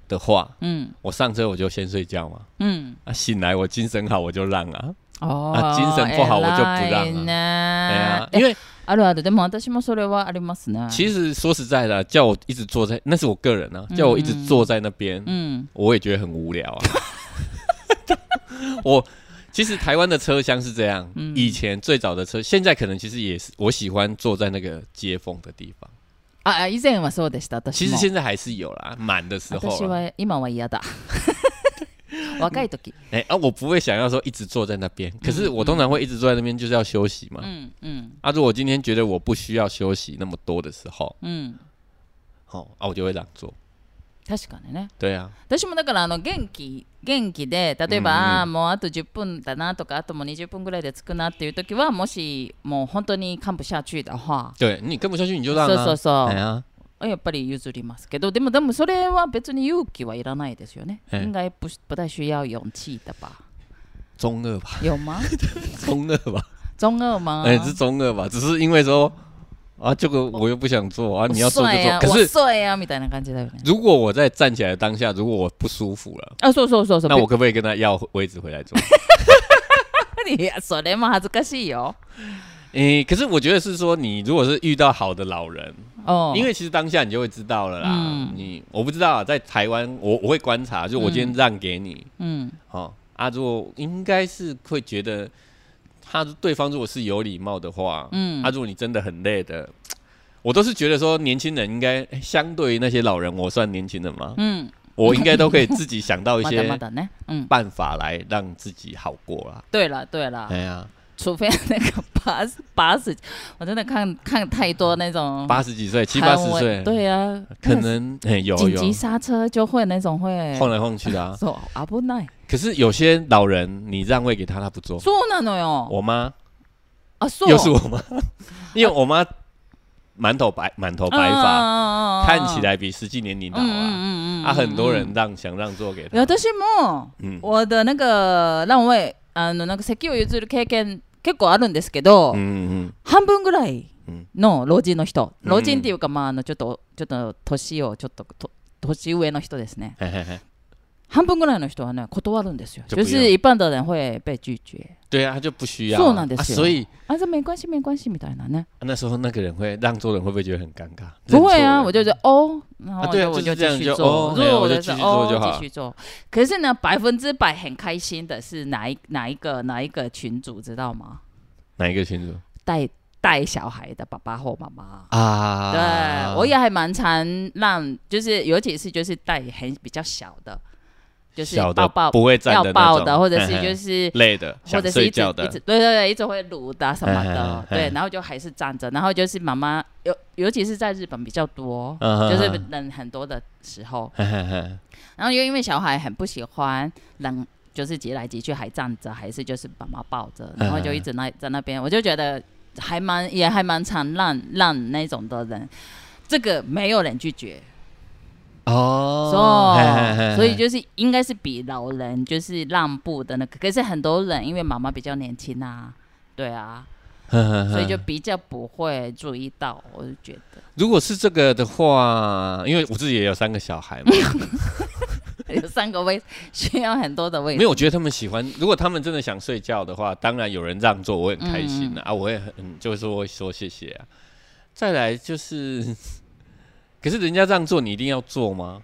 Speaker 2: 的话，
Speaker 1: 嗯
Speaker 2: 我上车我就先睡觉嘛，
Speaker 1: 嗯，
Speaker 2: 啊，醒来我精神好我就让啊，
Speaker 1: 哦
Speaker 2: 啊精神不好我就不让啊
Speaker 1: 偉いね
Speaker 2: 哎呀、
Speaker 1: え
Speaker 2: 因为
Speaker 1: あるある、でも私もそれはありますね。
Speaker 2: 其实说实在的啊，叫我一直坐在，那是我个人啊，
Speaker 1: 嗯
Speaker 2: 叫我一直坐在那边，
Speaker 1: 嗯
Speaker 2: 我也觉得很无聊啊。我其实台湾的车厢是这样，
Speaker 1: 嗯
Speaker 2: 以前最早的车，现在可能其实也是我喜欢坐在那个接缝的地方。
Speaker 1: あ、あ以前はそうでした。
Speaker 2: 其
Speaker 1: 私
Speaker 2: 实
Speaker 1: も。
Speaker 2: 现在还是有啦，满的时候啊
Speaker 1: 私
Speaker 2: 啦。
Speaker 1: は今は嫌だ。 若い 時。
Speaker 2: 哎、啊，我不会想要说一直坐在那边，可是我通常会一直坐在那边就是要休息嘛。
Speaker 1: うんうん
Speaker 2: 啊，如果今天觉得我不需要休息那么多的时候，
Speaker 1: うん。
Speaker 2: 哦，啊，我就会让座。
Speaker 1: 確かにね。
Speaker 2: 对啊，
Speaker 1: 私もだからあの元気元気で例えば、
Speaker 2: うんうん
Speaker 1: あーもうあと10分だなとかあともう20分ぐらいで着くなっていう時はもしもう本当に看不下去的话
Speaker 2: 对你跟不下去你就让
Speaker 1: そう
Speaker 2: 啊。
Speaker 1: そうそう、
Speaker 2: 哎呀，
Speaker 1: やっぱり譲りますけど、でもでもそれは別に勇気はいらないですよね。
Speaker 2: ええ
Speaker 1: 应该不不太需要勇气的吧？
Speaker 2: 中二吧，
Speaker 1: 有 吗？
Speaker 2: 中二吧。
Speaker 1: 中二吗？
Speaker 2: 哎、是中二吧？只是因为说啊，这个我又不想做啊，你要做
Speaker 1: 哦
Speaker 2: 就
Speaker 1: 我帅
Speaker 2: 做。
Speaker 1: 啊
Speaker 2: 可
Speaker 1: 我
Speaker 2: 是
Speaker 1: 帅啊みたいな感じだよね。
Speaker 2: 如果我在站起来的当下，如果我不舒服了，
Speaker 1: あ、そうそうそうそう。
Speaker 2: 那我可不可以跟他要位置回来 坐？
Speaker 1: いやそれも恥ずかしいよ。
Speaker 2: 诶、可是我觉得是说，你如果是遇到好的老人，
Speaker 1: 哦，
Speaker 2: 因为其实当下你就会知道了啦。
Speaker 1: 嗯
Speaker 2: 你我不知道啊，在台湾我我会观察，就我今天让给你，
Speaker 1: 嗯
Speaker 2: 哦啊，如果应该是会觉得他对方如果是有礼貌的话，
Speaker 1: 嗯
Speaker 2: 啊，如果你真的很累的，我都是觉得说年轻人应该、哎相对于那些老人，我算年轻人吗？
Speaker 1: 嗯，
Speaker 2: 我应该都可以自己想到一
Speaker 1: ま だま
Speaker 2: 些
Speaker 1: だね。嗯，
Speaker 2: 办法来让自己好过啦。
Speaker 1: 对了对了，
Speaker 2: 哎呀，
Speaker 1: 除非那个八十八十，我真的看看太多那种
Speaker 2: 八十几岁、七八
Speaker 1: 韩
Speaker 2: 十
Speaker 1: 文
Speaker 2: 岁，
Speaker 1: 对啊，
Speaker 2: 可能哎有
Speaker 1: 那个紧
Speaker 2: 有
Speaker 1: 急刹车就会那种会
Speaker 2: 晃来晃去的 啊。
Speaker 1: そう危ない。
Speaker 2: 可是有些老人，你让位给他，他不做。
Speaker 1: そうなのよ。
Speaker 2: 我妈
Speaker 1: あ、そう。
Speaker 2: 又是我 妈，因为我妈满头白满头白发，
Speaker 1: 发
Speaker 2: 看起来比实际年
Speaker 1: 嗯
Speaker 2: 龄老
Speaker 1: 嗯
Speaker 2: 啊。
Speaker 1: 嗯嗯，
Speaker 2: 啊，很多
Speaker 1: 嗯。
Speaker 2: 人让想让座给
Speaker 1: 嗯
Speaker 2: 他，
Speaker 1: 私も
Speaker 2: 嗯
Speaker 1: 我的那个让位あのなんか席を譲る経験結構あるんですけど、
Speaker 2: 嗯嗯
Speaker 1: 半分ぐらい
Speaker 2: 嗯
Speaker 1: の老人の人、
Speaker 2: うん
Speaker 1: 老人っていうかまああのちょっとちょっと年をちょっとと年上の人ですね。
Speaker 2: 嗯，嘿嘿嘿，
Speaker 1: 半
Speaker 2: 半
Speaker 1: 分ぐらいの人はね断るんですよ。
Speaker 2: ちょっと
Speaker 1: 就
Speaker 2: 嫌
Speaker 1: 是一般的人会被拒绝。
Speaker 2: 对啊，他就不需要
Speaker 1: そう
Speaker 2: 啊
Speaker 1: なんです
Speaker 2: 啊
Speaker 1: よ
Speaker 2: 所以啊
Speaker 1: あ、这没关系没关系みたいなね。
Speaker 2: 那时候那个人会让座的人会不会觉得很尴尬？
Speaker 1: 不会啊，
Speaker 2: 认错人
Speaker 1: 我就觉得哦，然后
Speaker 2: 啊
Speaker 1: 我
Speaker 2: 对啊
Speaker 1: 就我
Speaker 2: 就是这
Speaker 1: 继
Speaker 2: 样
Speaker 1: 续
Speaker 2: 就
Speaker 1: 做
Speaker 2: 哦，
Speaker 1: 如
Speaker 2: 没有
Speaker 1: 果
Speaker 2: 我就
Speaker 1: 就
Speaker 2: 继
Speaker 1: 是
Speaker 2: 续做就
Speaker 1: 哦
Speaker 2: 好
Speaker 1: 继续做。可是呢，百分之百很开心的是哪一哪一个哪一个群主知道吗？
Speaker 2: 哪一个群主
Speaker 1: 带带小孩的爸爸或妈妈。
Speaker 2: 啊？
Speaker 1: 对，我也还蛮常让，就是尤其是就是带很比较小的，就是
Speaker 2: 小的
Speaker 1: 抱抱
Speaker 2: 不会站
Speaker 1: 要
Speaker 2: 的那
Speaker 1: 抱
Speaker 2: 种
Speaker 1: 的，或者是
Speaker 2: 嘿嘿
Speaker 1: 就是
Speaker 2: 累的，
Speaker 1: 或
Speaker 2: 想
Speaker 1: 者是
Speaker 2: 睡
Speaker 1: 一直
Speaker 2: 觉
Speaker 1: 一
Speaker 2: 的
Speaker 1: 直，对对对，一直会撸的什么的，
Speaker 2: 哎哎哎
Speaker 1: 对，然后就还是站着，然后就是妈妈尤尤其是在日本比较多，
Speaker 2: 嗯哼
Speaker 1: 就是
Speaker 2: 哼
Speaker 1: 人很多的时候，
Speaker 2: 嘿嘿嘿
Speaker 1: 然后又因为小孩很不喜欢人，
Speaker 2: 哎
Speaker 1: 就是挤来挤去还站着，还是就是妈妈抱着，然后就一直那在那边，我就觉得还蛮也还蛮常让让那种的人，这个没有人拒绝，
Speaker 2: 哦
Speaker 1: 所
Speaker 2: 嘿嘿嘿
Speaker 1: 以
Speaker 2: 嘿
Speaker 1: 所以就是应该是比老人就是让步的那个，可是很多人因为妈妈比较年轻啊，对啊，
Speaker 2: 哼哼哼
Speaker 1: 所以就比较不会注意到，我就觉得
Speaker 2: 如果是这个的话，因为我自己也有三个小孩嘛，
Speaker 1: 有三个位需要很多的位
Speaker 2: 没
Speaker 1: 置，
Speaker 2: 有，我觉得他们喜欢。如果他们真的想睡觉的话，当然有人让座，我很开心啊，啊我也很嗯就是说说谢谢啊。再来就是， 可是人家让座，你一定要做吗？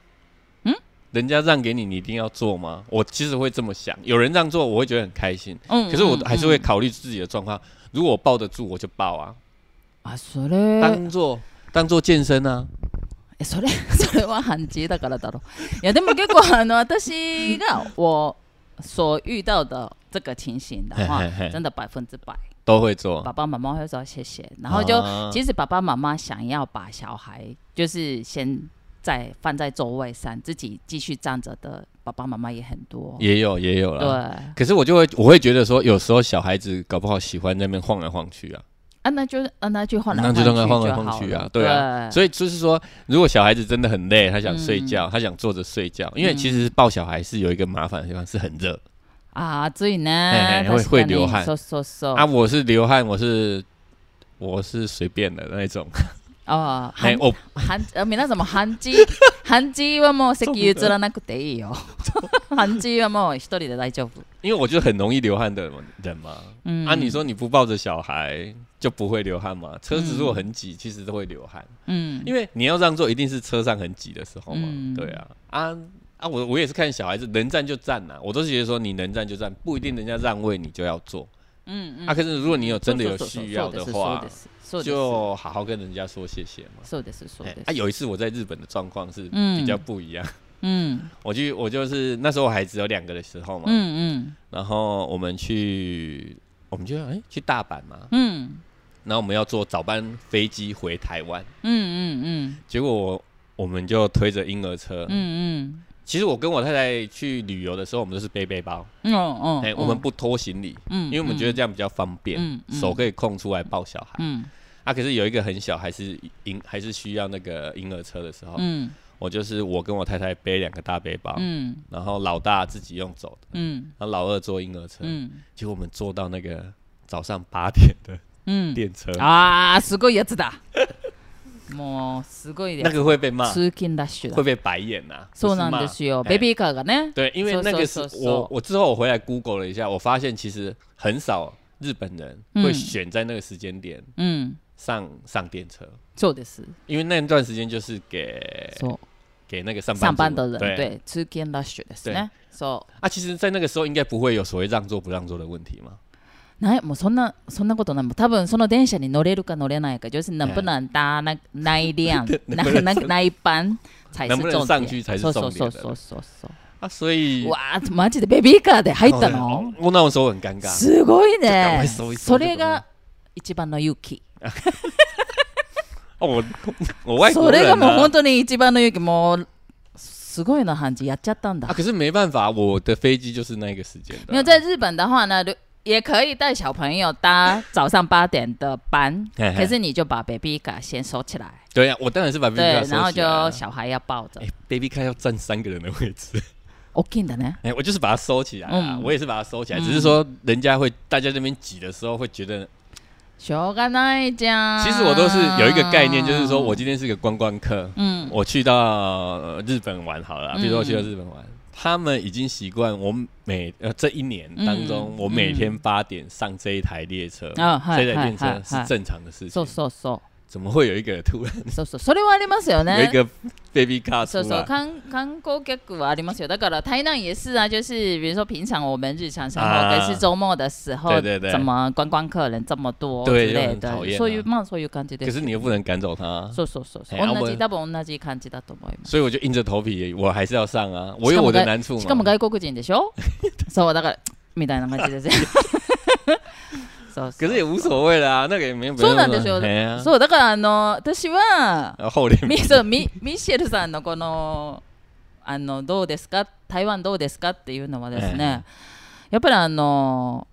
Speaker 1: 嗯，
Speaker 2: 人家让给你，你一定要做吗？我其实会这么想，有人让座，我会觉得很开心。
Speaker 1: 嗯
Speaker 2: 可是我还是会
Speaker 1: 嗯
Speaker 2: 考虑自己的状况，如果我抱得住，我就抱啊，
Speaker 1: 啊，それ
Speaker 2: 当做当做健身啊。
Speaker 1: え それそれは反击だからだろう。いやでも結構あの私が我所遇到的这个情形的话
Speaker 2: 嘿嘿，哦嘿
Speaker 1: 真的百分之百，
Speaker 2: 都会做，
Speaker 1: 爸爸妈妈会说谢谢，然后就、
Speaker 2: 啊
Speaker 1: 其实爸爸妈妈想要把小孩就是先在放在座位上，自己继续站着的爸爸妈妈也很多，
Speaker 2: 也有也有
Speaker 1: 对
Speaker 2: 啦。
Speaker 1: 啊，
Speaker 2: 可是我就会我会觉得说，有时候小孩子搞不好喜欢在那边晃来晃去啊，
Speaker 1: 那就啊那就换来
Speaker 2: 那
Speaker 1: 换去
Speaker 2: 就让他晃来
Speaker 1: 就
Speaker 2: 晃
Speaker 1: 好
Speaker 2: 去啊
Speaker 1: 了，
Speaker 2: 对啊。所以就是说，如果小孩子真的很累，他想睡
Speaker 1: 嗯
Speaker 2: 觉，他想坐着睡觉，因为
Speaker 1: 嗯
Speaker 2: 其实抱小孩是有一个麻烦的地方，是很热
Speaker 1: 啊，所以
Speaker 2: 嘿
Speaker 1: 呢
Speaker 2: 嘿会会流汗
Speaker 1: 嗖嗖嗖
Speaker 2: 啊。我是流汗，我是我是随便的那 一种，
Speaker 1: 哦，
Speaker 2: 哎，
Speaker 1: 韩
Speaker 2: 我
Speaker 1: 韩呃皆さんも韓字韓字はもう席譲らなくていいよ。韓字はもう一人で大丈夫。
Speaker 2: 因为我就很容易流汗的人嘛。
Speaker 1: 嗯
Speaker 2: 啊，你说你不抱着小孩就不会流汗吗？车子如果很挤，其实都会流汗。
Speaker 1: 嗯
Speaker 2: 因为你要让座，一定是车上很挤的时候嘛。
Speaker 1: 嗯
Speaker 2: 对啊，啊啊，我我也是看小孩子能站就站呐、我都是觉得说你能站就站，不一定人家让位你就要坐、
Speaker 1: 嗯嗯
Speaker 2: 啊。可是如果你有真的有
Speaker 1: そうそうそう
Speaker 2: 需要的话，
Speaker 1: そうですそうですそうです
Speaker 2: 就好好跟人家说谢谢嘛。
Speaker 1: そうですそう
Speaker 2: 哎
Speaker 1: です
Speaker 2: 啊，有一次我在日本的状况是
Speaker 1: 嗯
Speaker 2: 比较不一样，
Speaker 1: 嗯
Speaker 2: 我去我就是那时候我还只有两个的时候嘛，
Speaker 1: 嗯
Speaker 2: 然后我们去我们就哎、去大阪嘛，
Speaker 1: 嗯嗯
Speaker 2: 然后我们要坐早班飞机回台湾，
Speaker 1: 嗯嗯
Speaker 2: 结果我我们就推着婴儿车，
Speaker 1: 嗯嗯
Speaker 2: 其实我跟我太太去旅游的时候，我们都是背背包，
Speaker 1: 嗯哦哦
Speaker 2: 哎、我们不拖行李，
Speaker 1: 嗯
Speaker 2: 因为我们觉得这样比较方便，
Speaker 1: 嗯嗯
Speaker 2: 手可以空出来抱小孩。
Speaker 1: 嗯
Speaker 2: 啊，可是有一个很小，还是婴还是需要那个婴儿车的时候，
Speaker 1: 嗯
Speaker 2: 我就是我跟我太太背两个大背包，
Speaker 1: 嗯
Speaker 2: 然后老大自己用走的，
Speaker 1: 嗯
Speaker 2: 然后老二坐婴儿车，
Speaker 1: 嗯
Speaker 2: 结果我们坐到那个早上八点的
Speaker 1: うん
Speaker 2: 电车，
Speaker 1: あーすごいやつだもうすごいや
Speaker 2: 那
Speaker 1: つ
Speaker 2: 个会被骂，
Speaker 1: 通勤ラッシュだ
Speaker 2: 会被白眼呐、不
Speaker 1: そう
Speaker 2: 是
Speaker 1: なん
Speaker 2: 骂
Speaker 1: ですよ。
Speaker 2: 哎
Speaker 1: ベビーカーがね。
Speaker 2: 对，因为那个是
Speaker 1: 嗖嗖嗖嗖
Speaker 2: 我我之后我回来 Google 了一下，我发现其实很少日本人会
Speaker 1: 嗯
Speaker 2: 选在那个时间点
Speaker 1: うん。
Speaker 2: 上、上电车，
Speaker 1: そうです。
Speaker 2: 因为那段时间就是给
Speaker 1: そ
Speaker 2: 给那个上
Speaker 1: う。
Speaker 2: 班
Speaker 1: 上
Speaker 2: 族
Speaker 1: 班的人
Speaker 2: 对
Speaker 1: 对通勤ラッシュですね。そ
Speaker 2: 啊，其实，在那个时候应该不会有所谓让座不让座的问题嘛。
Speaker 1: う。ないもうそんなそんなことない。もう多分その電車に乗れるか乗れないか、就是能不能搭那内辆
Speaker 2: 对
Speaker 1: 那
Speaker 2: 能不能
Speaker 1: 那那一班才是
Speaker 2: 能不能
Speaker 1: 重
Speaker 2: 上去
Speaker 1: 点。
Speaker 2: 才是
Speaker 1: そう
Speaker 2: 重
Speaker 1: そ
Speaker 2: 点
Speaker 1: う
Speaker 2: 的
Speaker 1: そうそうそうそう。
Speaker 2: 啊，所以
Speaker 1: わあマジでベビーカーで入ったの
Speaker 2: 哦？我那时候很尴尬，
Speaker 1: すごい
Speaker 2: ちょっとお前
Speaker 1: ね。
Speaker 2: そう
Speaker 1: それが一番の勇気。
Speaker 2: 哦，我我外
Speaker 1: そ
Speaker 2: 国
Speaker 1: れ
Speaker 2: 人
Speaker 1: がもう
Speaker 2: 啊
Speaker 1: 本当に一番の勇気。もうすごいな感じやっちゃったんだ
Speaker 2: 啊，。可是没办法，我的飞机就是那个时间的啊。
Speaker 1: 没有在日本的话呢，如也可以带小朋友搭早上八点的班，
Speaker 2: 嘿嘿
Speaker 1: 可是你就把 baby 卡先收起来，
Speaker 2: 对啊呀，我当然是把 baby
Speaker 1: 对
Speaker 2: car，
Speaker 1: 然后
Speaker 2: 收起来啊
Speaker 1: 就小孩要抱着
Speaker 2: 哎。，baby car 要占三个人的位置。
Speaker 1: OK 的呢，
Speaker 2: 哎、我就是把它收起来啊，
Speaker 1: 嗯
Speaker 2: 我也是把它收起来，只是说人家会大家这边挤的时候会觉得，
Speaker 1: しょうがないじゃん。
Speaker 2: 其实我都是有一个概念，就是说我今天是个观光客，
Speaker 1: 嗯
Speaker 2: 我去到呃日本玩好了啊，比如说我去到
Speaker 1: 嗯
Speaker 2: 日本玩，他们已经习惯我每呃这一年当中，
Speaker 1: 嗯
Speaker 2: 我每天八点上这一台列车，
Speaker 1: 啊，はい
Speaker 2: 这台
Speaker 1: は
Speaker 2: 电
Speaker 1: い
Speaker 2: 车
Speaker 1: はい
Speaker 2: 是
Speaker 1: はい。
Speaker 2: 正常的事
Speaker 1: そ
Speaker 2: 情
Speaker 1: う，そうそ
Speaker 2: 怎么会有一个人突然
Speaker 1: うそうそう。それはありますよ
Speaker 2: 有一
Speaker 1: ね。
Speaker 2: 个 baby car 出
Speaker 1: そうそう
Speaker 2: 来？
Speaker 1: 観観光客はありますよ。だから台南也是啊，就是比如说平常我们日常生活，
Speaker 2: 啊
Speaker 1: 可是周末的时候，
Speaker 2: 对对对
Speaker 1: 怎么观光客人这么多
Speaker 2: 对
Speaker 1: 之类
Speaker 2: 就很
Speaker 1: 的
Speaker 2: 讨厌，啊
Speaker 1: そういうまあそういう感じで
Speaker 2: 可
Speaker 1: す
Speaker 2: 是。你又不能赶走他啊、
Speaker 1: そうそうそうそう
Speaker 2: えあ
Speaker 1: 同じ
Speaker 2: 覚え
Speaker 1: 多分同じ感じだと思います
Speaker 2: 所以我就硬着头皮，我还是要上啊，我有我的难处
Speaker 1: しかも
Speaker 2: 嘛。
Speaker 1: 外国人でし ょそうだからみたいな感じですよそうそ
Speaker 2: 可
Speaker 1: う
Speaker 2: 是也无所谓啦，那个也没有。
Speaker 1: そうなんですよ
Speaker 2: 哎呀
Speaker 1: そうだからあの私は
Speaker 2: 啊然后后脸
Speaker 1: ミそうミミシェルさんのこのあのどうですか台湾どうですかっていうのはですね、やっぱりあの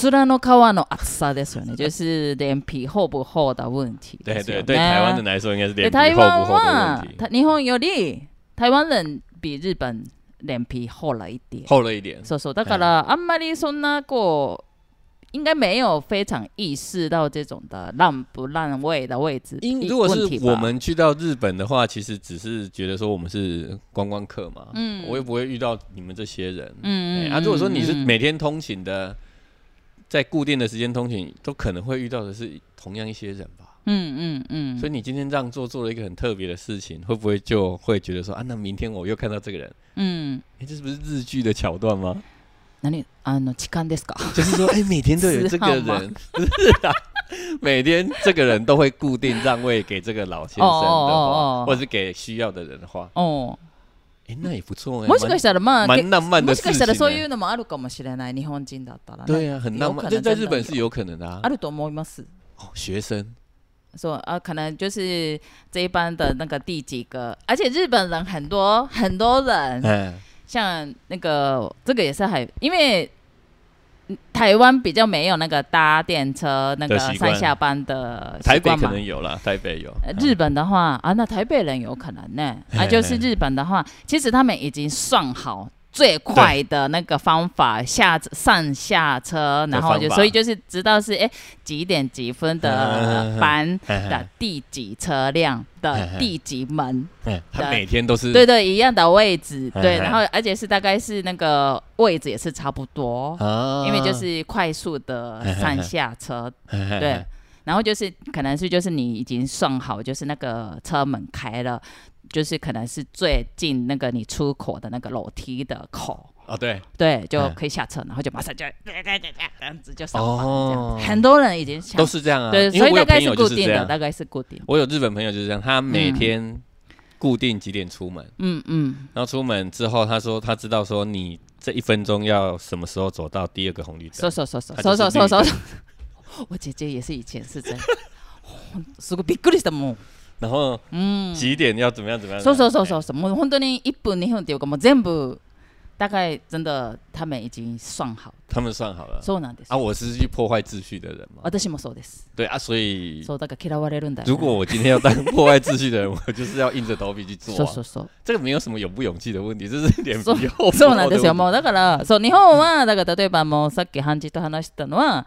Speaker 1: 面の皮の厚さですよ ね，就是脸皮厚不厚的问题
Speaker 2: 对
Speaker 1: ですよ
Speaker 2: 对
Speaker 1: ね。
Speaker 2: 对，台湾人来说应该是
Speaker 1: で
Speaker 2: 脸皮
Speaker 1: 台
Speaker 2: 厚不
Speaker 1: 湾は
Speaker 2: 厚的问题，
Speaker 1: た日本より台湾人比日本脸皮厚了一点。
Speaker 2: 厚了一点。
Speaker 1: そうそうだからあんまりそんなこう应该没有非常意识到这种的让不让位的位置
Speaker 2: 因
Speaker 1: 一
Speaker 2: 如果
Speaker 1: 问题
Speaker 2: 是
Speaker 1: 吧
Speaker 2: 我们去到日本的话，其实只是觉得说我们是观光客嘛，
Speaker 1: 嗯
Speaker 2: 我也不会遇到你们这些人。
Speaker 1: 嗯
Speaker 2: 哎
Speaker 1: 嗯
Speaker 2: 啊，如果说你是
Speaker 1: 嗯嗯
Speaker 2: 每天通勤的，在固定的时间通勤，都可能会遇到的是同样一些人吧。
Speaker 1: 嗯嗯嗯，
Speaker 2: 所以你今天让座做了一个很特别的事情，会不会就会觉得说啊，那明天我又看到这个人？
Speaker 1: 嗯，
Speaker 2: 哎、这不是日剧的桥段吗？
Speaker 1: 那你あの痴漢ですか？
Speaker 2: 就是说，哎、每天都有这个
Speaker 1: 四号吗
Speaker 2: 人，不 是啊，每天这个人都会固定让位给这个老先生的话，
Speaker 1: 哦哦哦哦
Speaker 2: 或者是给需要的人的话，
Speaker 1: 哦，
Speaker 2: 哎、那也不错哎、
Speaker 1: もしかしたらまあ
Speaker 2: 蛮蛮浪漫
Speaker 1: も
Speaker 2: 的
Speaker 1: し
Speaker 2: 事
Speaker 1: か
Speaker 2: 情、
Speaker 1: したらそうい
Speaker 2: 欸。
Speaker 1: うのもあるかもしれない日本人だったらね。
Speaker 2: 对啊，很浪
Speaker 1: 有可能
Speaker 2: 漫，这在
Speaker 1: 真
Speaker 2: 日
Speaker 1: 的
Speaker 2: 本是有可能的啊
Speaker 1: あ。ると思います。
Speaker 2: 哦、学生
Speaker 1: 说啊，可能就是这一班的那个第几个，而且日本人很多很多人，
Speaker 2: 嗯，
Speaker 1: 像那个这个也是还因为嗯台湾比较没有那个搭电车那个
Speaker 2: 的习惯
Speaker 1: 上下班的习
Speaker 2: 台北
Speaker 1: 惯
Speaker 2: 可
Speaker 1: 嘛。
Speaker 2: 能有啦，台北有。
Speaker 1: 呃
Speaker 2: 嗯
Speaker 1: 日本的话啊，那台北人有可能呢、
Speaker 2: 嘿
Speaker 1: 啊，
Speaker 2: 嘿
Speaker 1: 就是日本的话，其实他们已经算好最快的那个方法下上下车，然后
Speaker 2: 方
Speaker 1: 就
Speaker 2: 法
Speaker 1: 所以就是知道是哎、几点几分
Speaker 2: 嗯嗯
Speaker 1: 的
Speaker 2: 嗯嗯
Speaker 1: 班
Speaker 2: 嘿嘿
Speaker 1: 的第几车辆
Speaker 2: 嘿
Speaker 1: 的
Speaker 2: 嘿
Speaker 1: 第几门，
Speaker 2: 嗯
Speaker 1: 对
Speaker 2: 他每天都是
Speaker 1: 对对，一样的位置，
Speaker 2: 嗯
Speaker 1: 对，
Speaker 2: 嗯
Speaker 1: 然后而且是大概是那个位置也是差不多，
Speaker 2: 啊哎
Speaker 1: 因为就是快速的上下车，对
Speaker 2: 对，
Speaker 1: 然后就是可能是就是你已经算好，就是那个车门开了，就是可能是最近那个你出口的那个楼梯的口，
Speaker 2: 哦对
Speaker 1: 对，就
Speaker 2: 嗯
Speaker 1: 可以下车，然后就马上就这样子就上班，这样
Speaker 2: 哦
Speaker 1: 子，，很多人已经想
Speaker 2: 都是这样啊。
Speaker 1: 对，
Speaker 2: 因
Speaker 1: 所
Speaker 2: 为
Speaker 1: 以
Speaker 2: 我
Speaker 1: 大
Speaker 2: 有
Speaker 1: 概
Speaker 2: 朋
Speaker 1: 是
Speaker 2: 友
Speaker 1: 固
Speaker 2: 就是
Speaker 1: 定
Speaker 2: 这
Speaker 1: 的，
Speaker 2: 样，
Speaker 1: 大概是固定，
Speaker 2: 我有日本朋友就是这样，他每
Speaker 1: 嗯
Speaker 2: 天固定几点出门，
Speaker 1: 嗯嗯，
Speaker 2: 然后出门之后，他说他知道说你这一分钟要什么时候走到第二个红绿
Speaker 1: そう
Speaker 2: 灯，
Speaker 1: そうそうそう
Speaker 2: あ
Speaker 1: そうそうそう
Speaker 2: 女
Speaker 1: そ
Speaker 2: 生
Speaker 1: う 我姐姐也是以前是 这样。すごいびっくりしたもん。
Speaker 2: 然后
Speaker 1: うん。
Speaker 2: 几点要怎么样怎么样。
Speaker 1: そうそうそう
Speaker 2: 怎么
Speaker 1: そ
Speaker 2: 样
Speaker 1: うそう。もう本当に一分二分っていうかもう全部大概真的他们已经算好。
Speaker 2: 他们算好了。
Speaker 1: そうなんです
Speaker 2: 啊，
Speaker 1: よ。
Speaker 2: 我是去破坏秩序的人嘛。
Speaker 1: 私もそうです。
Speaker 2: 对啊，所以
Speaker 1: そうだから嫌われるんだよね。
Speaker 2: 如果我今天要当破坏秩序的人， 我就是要硬着头皮去做、
Speaker 1: そう
Speaker 2: 啊
Speaker 1: そ。うそう。
Speaker 2: 这个没有什么勇不勇气的问题，这是脸
Speaker 1: そう
Speaker 2: 皮厚不
Speaker 1: そう
Speaker 2: 厚
Speaker 1: なん
Speaker 2: 的
Speaker 1: ですよ。
Speaker 2: 问题。
Speaker 1: もうだから、そう、日本は、だから例えばもうさっきハンジと話したのは、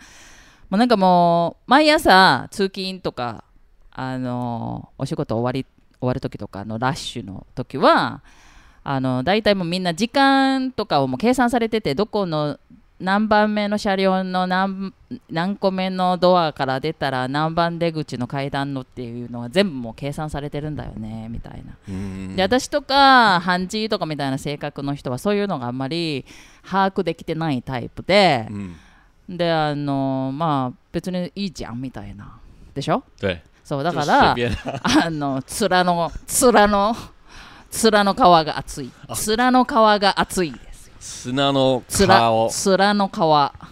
Speaker 1: もうなんかもう、毎朝通勤とか、あの、お仕事終わり、終わる時とかのラッシュの時は、あの、大体もうみんな時間とかをもう計算されてて、どこの、何番目の車両の何何個目のドアから出たら何番出口の階段のっていうのは全部もう計算されてるんだよねみたいな
Speaker 2: 嗯
Speaker 1: で私とかハンジとかみたいな性格の人はそういうのがあんまり把握できてないタイプで、
Speaker 2: 嗯，
Speaker 1: であのまあ別にいいじゃんみたいなでしょ
Speaker 2: 对，
Speaker 1: そうだか
Speaker 2: 就随
Speaker 1: ら
Speaker 2: 便
Speaker 1: あの面の面の面の皮が厚い
Speaker 2: あ
Speaker 1: 面の皮が厚いですよ
Speaker 2: 砂の
Speaker 1: 面
Speaker 2: 卡哦，
Speaker 1: 面の皮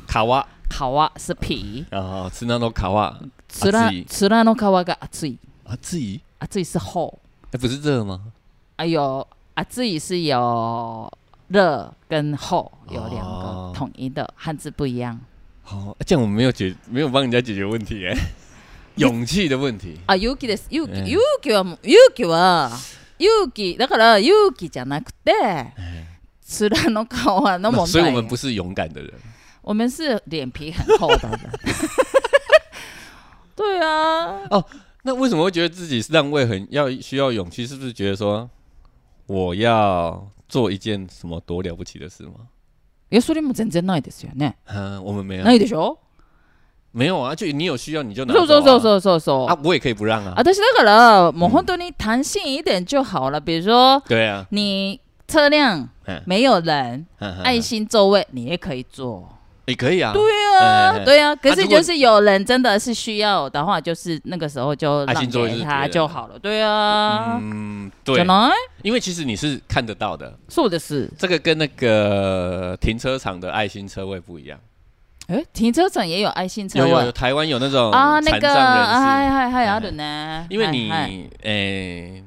Speaker 2: 卡哇，啊
Speaker 1: 皮是皮
Speaker 2: 然后砂の卡哇
Speaker 1: 面
Speaker 2: 厚い
Speaker 1: 面の皮が厚い
Speaker 2: 啊，自己
Speaker 1: 厚い是厚
Speaker 2: 哎、不是热吗？
Speaker 1: 啊有啊，自己是有热跟厚有两个
Speaker 2: 哦
Speaker 1: 统一的、汉字不一样
Speaker 2: 哦，这样我们没有解，没有帮人家解决问题 哎、勇气的问题。
Speaker 1: 啊。勇気です。勇気、
Speaker 2: ええ
Speaker 1: 勇気はもう勇気は勇気だから勇気じゃなくて面の皮の
Speaker 2: 那
Speaker 1: 問
Speaker 2: 所以我们
Speaker 1: 題
Speaker 2: 不。是勇敢的人，
Speaker 1: 我们是脸皮很厚的 人。对啊，
Speaker 2: 那为什么会觉得自己让位很要需要勇气？是不是觉得说我要做一件什么多了不起的事 吗？
Speaker 1: いやそれも全然ないですよね。
Speaker 2: 嗯，我们没有
Speaker 1: な，いでしょ？
Speaker 2: 没有啊，就你有需要你就拿走、
Speaker 1: そ
Speaker 2: 啊。
Speaker 1: うそうそうそうそうそう。
Speaker 2: 啊，我也可以不让啊。
Speaker 1: 私だからもう本当に弹性一点就好了。比如说。
Speaker 2: 对啊，
Speaker 1: 你车辆
Speaker 2: 嗯
Speaker 1: 没有人，
Speaker 2: 嗯嗯
Speaker 1: 爱心座位你也可以坐。
Speaker 2: 也可以啊。
Speaker 1: 对
Speaker 2: 嗯
Speaker 1: 啊，
Speaker 2: 嗯
Speaker 1: 对啊。可
Speaker 2: 啊
Speaker 1: 是
Speaker 2: 如果
Speaker 1: 就是有人真的是需要的话，就是那个时候就
Speaker 2: 爱
Speaker 1: 让
Speaker 2: 心座位
Speaker 1: 给
Speaker 2: 是别
Speaker 1: 他
Speaker 2: 人
Speaker 1: 就
Speaker 2: 的
Speaker 1: 好了。对啊，
Speaker 2: 嗯，
Speaker 1: じ
Speaker 2: 对
Speaker 1: ゃ，ない？
Speaker 2: 因为其实你是看得到的，
Speaker 1: そうです。
Speaker 2: 这个跟那个停车场的爱心车位不一样。
Speaker 1: 哎，停车场也有爱心车
Speaker 2: 有有有，
Speaker 1: 位
Speaker 2: 台湾有那种
Speaker 1: 啊，那
Speaker 2: 残障
Speaker 1: 个
Speaker 2: 人士，
Speaker 1: 哎嗨嗨
Speaker 2: 嗯
Speaker 1: 阿伦呢？
Speaker 2: 因为
Speaker 1: 嗨
Speaker 2: 你
Speaker 1: 嗨
Speaker 2: 诶、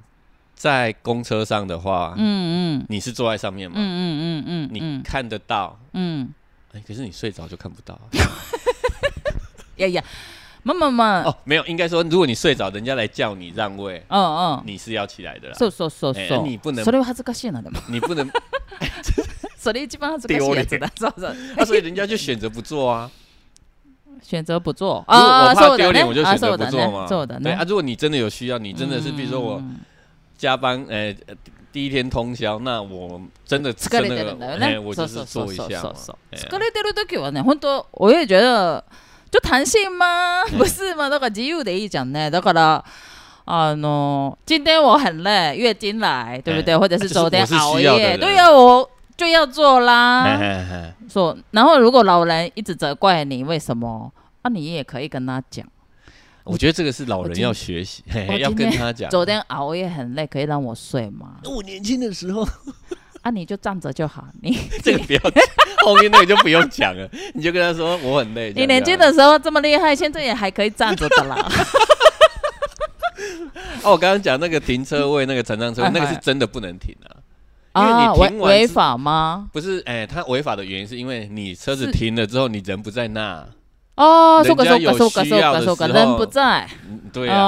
Speaker 2: 在公车上的话，
Speaker 1: 嗯嗯
Speaker 2: 你是坐在上面嘛，
Speaker 1: 嗯嗯嗯嗯
Speaker 2: 哦你
Speaker 1: 嗯
Speaker 2: 看得到，
Speaker 1: 嗯，
Speaker 2: 哎、可是你睡着就看不到啊、
Speaker 1: いやいや、まあまあまあ、
Speaker 2: 哦，没有，应该说，如果你睡着，人家来叫你让位，
Speaker 1: 哦うんうん。
Speaker 2: 你是要起来的啦。
Speaker 1: そうそうそう
Speaker 2: え
Speaker 1: そう。
Speaker 2: 啊哎你不能
Speaker 1: それは恥ずかしいな、 でも。
Speaker 2: 你不能，
Speaker 1: それ一番恥ずかしいやつだ。そうそう。
Speaker 2: 啊、所以人家就选择不做啊。
Speaker 1: 选择不做啊
Speaker 2: 如果我
Speaker 1: あー
Speaker 2: 怕
Speaker 1: そう
Speaker 2: 丢
Speaker 1: だね
Speaker 2: 脸，我就
Speaker 1: あ
Speaker 2: 选
Speaker 1: そう
Speaker 2: 择不
Speaker 1: だ
Speaker 2: 做
Speaker 1: ね
Speaker 2: 嘛。
Speaker 1: そうだ
Speaker 2: 对啊，
Speaker 1: ね。
Speaker 2: 如果你真的有需要，你真的是，比如说我
Speaker 1: 哎嗯
Speaker 2: 加班，呃，呃第一天通宵，那我真的
Speaker 1: 疲れ
Speaker 2: 真
Speaker 1: て
Speaker 2: 的
Speaker 1: るんだよ
Speaker 2: 哎
Speaker 1: ね。
Speaker 2: 我
Speaker 1: そ
Speaker 2: 就
Speaker 1: うそ
Speaker 2: 是
Speaker 1: うそ
Speaker 2: 做
Speaker 1: う
Speaker 2: 一
Speaker 1: そう
Speaker 2: 下
Speaker 1: そ
Speaker 2: 嘛
Speaker 1: う。そう。
Speaker 2: 哎呀
Speaker 1: 疲れてる時はね、本当我也觉得就弹性吗？不是吗？だから自由でいいじゃんね。だから。あの啊今天我很累，月经来，对不对？
Speaker 2: 哎
Speaker 1: 或者是昨天
Speaker 2: 就是我
Speaker 1: 熬
Speaker 2: 是需要的
Speaker 1: 夜，
Speaker 2: 人
Speaker 1: 对呀、我就要做啦。
Speaker 2: 哎
Speaker 1: 说，然后如果老人一直责怪你为什么，啊，你也可以跟他讲，
Speaker 2: 我觉得这个是老
Speaker 1: 我
Speaker 2: 人
Speaker 1: 今
Speaker 2: 要学习，嘿
Speaker 1: 我
Speaker 2: 嘿要
Speaker 1: 今
Speaker 2: 跟
Speaker 1: 天
Speaker 2: 他讲。
Speaker 1: 昨天熬夜很累，可以让我睡吗？
Speaker 2: 我年轻的时候，
Speaker 1: 啊，你就站着就好，你
Speaker 2: 这个不要 讲，后面那个就不用讲了，你就跟他说我很累。这
Speaker 1: 你
Speaker 2: 样
Speaker 1: 年轻
Speaker 2: 这
Speaker 1: 的
Speaker 2: 样
Speaker 1: 时候这么厉害，现在也还可以站着的啦。
Speaker 2: 哦，我刚刚讲那个停车位，那个残障车位，
Speaker 1: 哎
Speaker 2: 那个
Speaker 1: 哎
Speaker 2: 是真的不能停啊。 因为
Speaker 1: 啊，
Speaker 2: 你
Speaker 1: 违
Speaker 2: 停完
Speaker 1: 违
Speaker 2: 之
Speaker 1: 法吗？
Speaker 2: 不是，哎、他违法的原因是因为你车子
Speaker 1: 是
Speaker 2: 停了之后，你人不在那，
Speaker 1: 哦，说
Speaker 2: 人
Speaker 1: 个
Speaker 2: 家
Speaker 1: 说个
Speaker 2: 有
Speaker 1: 说个
Speaker 2: 需
Speaker 1: 说
Speaker 2: 要
Speaker 1: 个
Speaker 2: 的
Speaker 1: 说个，
Speaker 2: 时
Speaker 1: 人
Speaker 2: 候
Speaker 1: 不在
Speaker 2: 嗯对啊，那、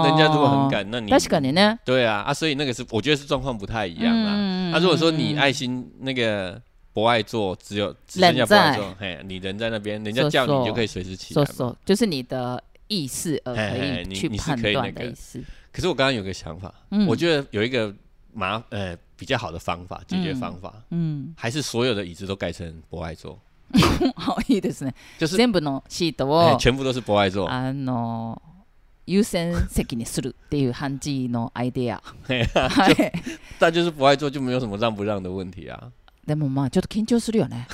Speaker 1: 哦。
Speaker 2: 人家如果很，赶，那你
Speaker 1: 確かにね。
Speaker 2: 对啊啊，所以那个是我觉得是状况不太一样啦。那、
Speaker 1: 嗯
Speaker 2: 如果说你爱心那个不爱做，只有只
Speaker 1: 嗯
Speaker 2: 剩下
Speaker 1: 人
Speaker 2: 不爱
Speaker 1: 在
Speaker 2: 做，嘿，你人在那边，人家
Speaker 1: 说
Speaker 2: 叫你
Speaker 1: 说
Speaker 2: 你就可以随时起
Speaker 1: 说
Speaker 2: 来嘛。
Speaker 1: 说，就是你的意识而可
Speaker 2: 哎哎
Speaker 1: 以
Speaker 2: 你
Speaker 1: 去
Speaker 2: 你是
Speaker 1: 判
Speaker 2: 可以
Speaker 1: 断
Speaker 2: 那
Speaker 1: 的
Speaker 2: 个
Speaker 1: 意思。
Speaker 2: 可是我刚刚有个想法，
Speaker 1: 嗯
Speaker 2: 我觉得有一个麻呃比较好的方法，解决方法、
Speaker 1: 嗯，
Speaker 2: 还是所有的椅子都改成不爱坐，
Speaker 1: 好いいですね。
Speaker 2: 就是、
Speaker 1: 全部のシート
Speaker 2: 哎
Speaker 1: を
Speaker 2: 全部都是不爱坐。
Speaker 1: あの優先席にするっていう感じのアイデ ア。
Speaker 2: 嘿啊
Speaker 1: はい。
Speaker 2: 但就是不爱做，就没有什么让不让的问题啊。
Speaker 1: でもまあちょっと緊張するよ ね。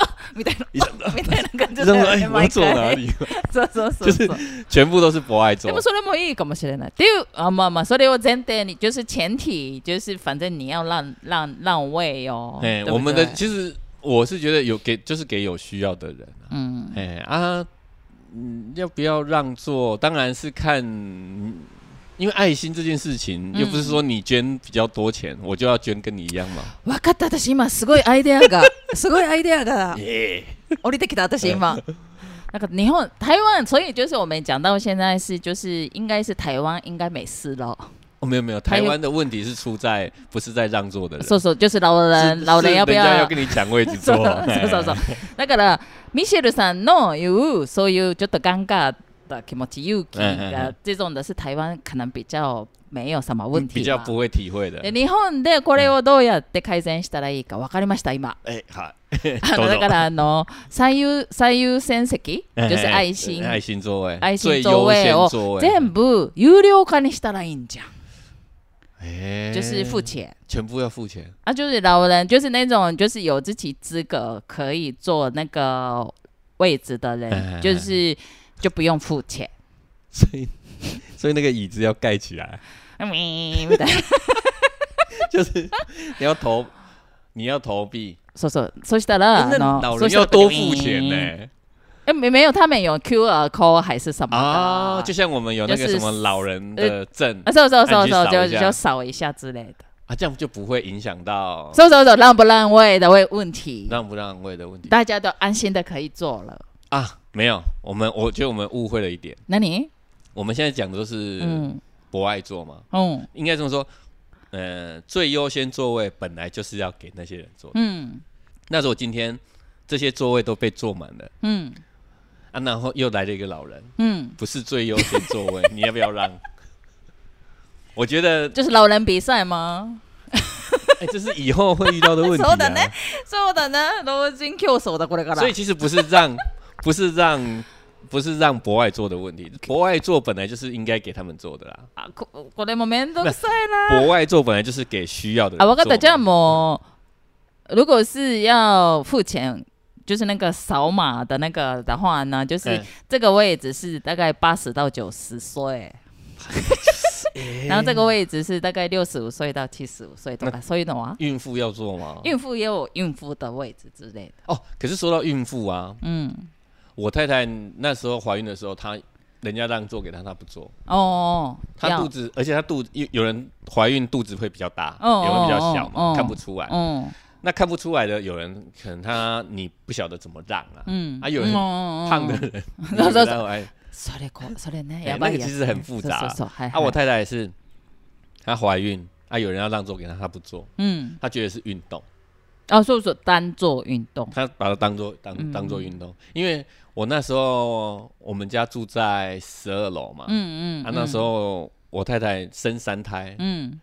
Speaker 1: あみたいな
Speaker 2: 一下
Speaker 1: あみたいな感じ
Speaker 2: 认为
Speaker 1: だ
Speaker 2: 哎
Speaker 1: よ、ね。
Speaker 2: 我要坐哪
Speaker 1: 毎回
Speaker 2: 里？
Speaker 1: そうそうそうそう。
Speaker 2: 全部都是不爱
Speaker 1: で
Speaker 2: 做
Speaker 1: も。それもいいかもしれない。っていうあまあまあそれを前提に就是前提就是反正你要让让让位よ。
Speaker 2: 哎，
Speaker 1: 哦对不对
Speaker 2: 我们的其实我是觉得有给，就是给有需要的人啊。
Speaker 1: 嗯
Speaker 2: 哎啊，嗯，要不要让座？当然是看，因为爱心这件事情，
Speaker 1: 嗯
Speaker 2: 又不是说你捐比较多钱，我就要捐跟你一样嘛。
Speaker 1: 分かった私今すごいアイデアがすごいアイデアが
Speaker 2: 耶，
Speaker 1: 降りてきた私今。那个日本台湾，所以就是我们讲到现在是就是应该是台湾应该没事了。
Speaker 2: 哦，没有没有，
Speaker 1: 还
Speaker 2: 台
Speaker 1: 有
Speaker 2: 湾的问题是出在不是在让座的人，
Speaker 1: そうそう、就是老人、呃
Speaker 2: 是
Speaker 1: 老人
Speaker 2: 是
Speaker 1: 要不
Speaker 2: 人家要
Speaker 1: 要？
Speaker 2: 跟你抢位置
Speaker 1: そ
Speaker 2: 坐嗯
Speaker 1: う。そうそうそう。だから、ミシェルさんの言う、そういうちょっと尴尬的気持ち、勇気
Speaker 2: うんうんう
Speaker 1: が
Speaker 2: ん、
Speaker 1: 这种的是台湾可能比较没有什么问
Speaker 2: 嗯
Speaker 1: 题吧。啊哎
Speaker 2: 比较不会体会的
Speaker 1: で。日本でこれをどうやって改善したらいいか分かりました、今。
Speaker 2: 哎， 好，
Speaker 1: あ
Speaker 2: ど
Speaker 1: の
Speaker 2: う
Speaker 1: だ
Speaker 2: ぞ
Speaker 1: から、あの、最優最優先席、
Speaker 2: 哎
Speaker 1: 就是
Speaker 2: 哎
Speaker 1: 愛心
Speaker 2: 哎。爱心座位，
Speaker 1: 愛心
Speaker 2: 最
Speaker 1: 座位哦
Speaker 2: 优
Speaker 1: を
Speaker 2: 先座位
Speaker 1: 全部有料化にしたらいいんじゃん。
Speaker 2: 哎
Speaker 1: 就是付钱。
Speaker 2: 全部要付钱，
Speaker 1: 啊，就是老人，就是那种就是有自己资格可以坐那个位置的人，
Speaker 2: 嗯
Speaker 1: 就是就不用付钱。
Speaker 2: 所以所以那个椅子要盖起来，
Speaker 1: 咪 咪的
Speaker 2: 就是你要投你要投币，
Speaker 1: そうそう。そしたら、
Speaker 2: 哎那
Speaker 1: あの
Speaker 2: 老
Speaker 1: そ
Speaker 2: 人
Speaker 1: したら
Speaker 2: 要多付钱呢、
Speaker 1: え嗯没没有，他们有 QR code 还是什么的
Speaker 2: 啊，就像我们有那个
Speaker 1: 就是
Speaker 2: 什么老人的证、
Speaker 1: 啊，そうそうそうそう，
Speaker 2: 按
Speaker 1: 就
Speaker 2: 去扫
Speaker 1: 就扫一
Speaker 2: 一下
Speaker 1: 下之类的。
Speaker 2: 啊，这样就不会影响到
Speaker 1: 扫扫扫，让不让位的问问题，
Speaker 2: 让不让位的问题
Speaker 1: 大家都安心的可以坐了。
Speaker 2: 啊。没有，我们我觉得我们误会了一点，
Speaker 1: 那你，
Speaker 2: 我们现在讲的都是
Speaker 1: 嗯
Speaker 2: 不爱坐嘛，
Speaker 1: 嗯
Speaker 2: 应该这么说。呃，最优先座位本来就是要给那些人坐的。
Speaker 1: 嗯
Speaker 2: 那如果今天这些座位都被坐满了
Speaker 1: 嗯
Speaker 2: 啊，然后又来了一个老人，
Speaker 1: 嗯，
Speaker 2: 不是最优先座 位，你要不要让？我觉得，
Speaker 1: 就是老人比赛吗？
Speaker 2: 哎、这是以后会遇到的 问题、啊。
Speaker 1: そうだねそうだね、老人競争だ、これから。
Speaker 2: 所以其实不是让， 不是让，不是让博爱做的问题。博爱做本来就是应该给他们做的啦，
Speaker 1: あここれもめんどくさいな。
Speaker 2: 博爱做本来就是给需要的人
Speaker 1: あ、
Speaker 2: 做
Speaker 1: 分
Speaker 2: 嘛。
Speaker 1: かった。じゃあもう、如果是要付钱，就是那个扫码的那个的话呢，就是
Speaker 2: 嗯
Speaker 1: 这个位置是大概八十到九十岁。然后这个位置是大概六十五岁到七十五岁とかそういうのは
Speaker 2: 孕妇要做吗？
Speaker 1: 孕妇也有孕妇的位置之类的。
Speaker 2: 哦，可是说到孕妇啊，
Speaker 1: 嗯，
Speaker 2: 我太太那时候怀孕的时候，她人家让座给她，她不做。
Speaker 1: 哦，
Speaker 2: 她肚子，而且她肚子有有人怀孕肚子会比较大，
Speaker 1: 哦
Speaker 2: 有人比较小嘛，
Speaker 1: 哦哦
Speaker 2: 看不出来。
Speaker 1: 嗯
Speaker 2: 那看不出来的，有人可能他你不晓得怎么让啊，
Speaker 1: うん。
Speaker 2: あ有人
Speaker 1: うんうんうん
Speaker 2: 胖的人，
Speaker 1: そうそうそう
Speaker 2: 然后哎，
Speaker 1: それこそれね、
Speaker 2: 哎
Speaker 1: やばいやつ、ね。
Speaker 2: 那个其实很复
Speaker 1: そ
Speaker 2: 杂
Speaker 1: うそうそうはい、
Speaker 2: 啊，
Speaker 1: はい。
Speaker 2: 我太太也是，她怀孕啊，有人要让座给她，她不做，
Speaker 1: うん。
Speaker 2: 她觉得是运动，
Speaker 1: あ、そうそう、单做运动。
Speaker 2: 她把它当做当当做运动，因为我那时候我们家住在十二楼嘛，
Speaker 1: うんうん。
Speaker 2: 啊，那时候我太太生三胎
Speaker 1: うん。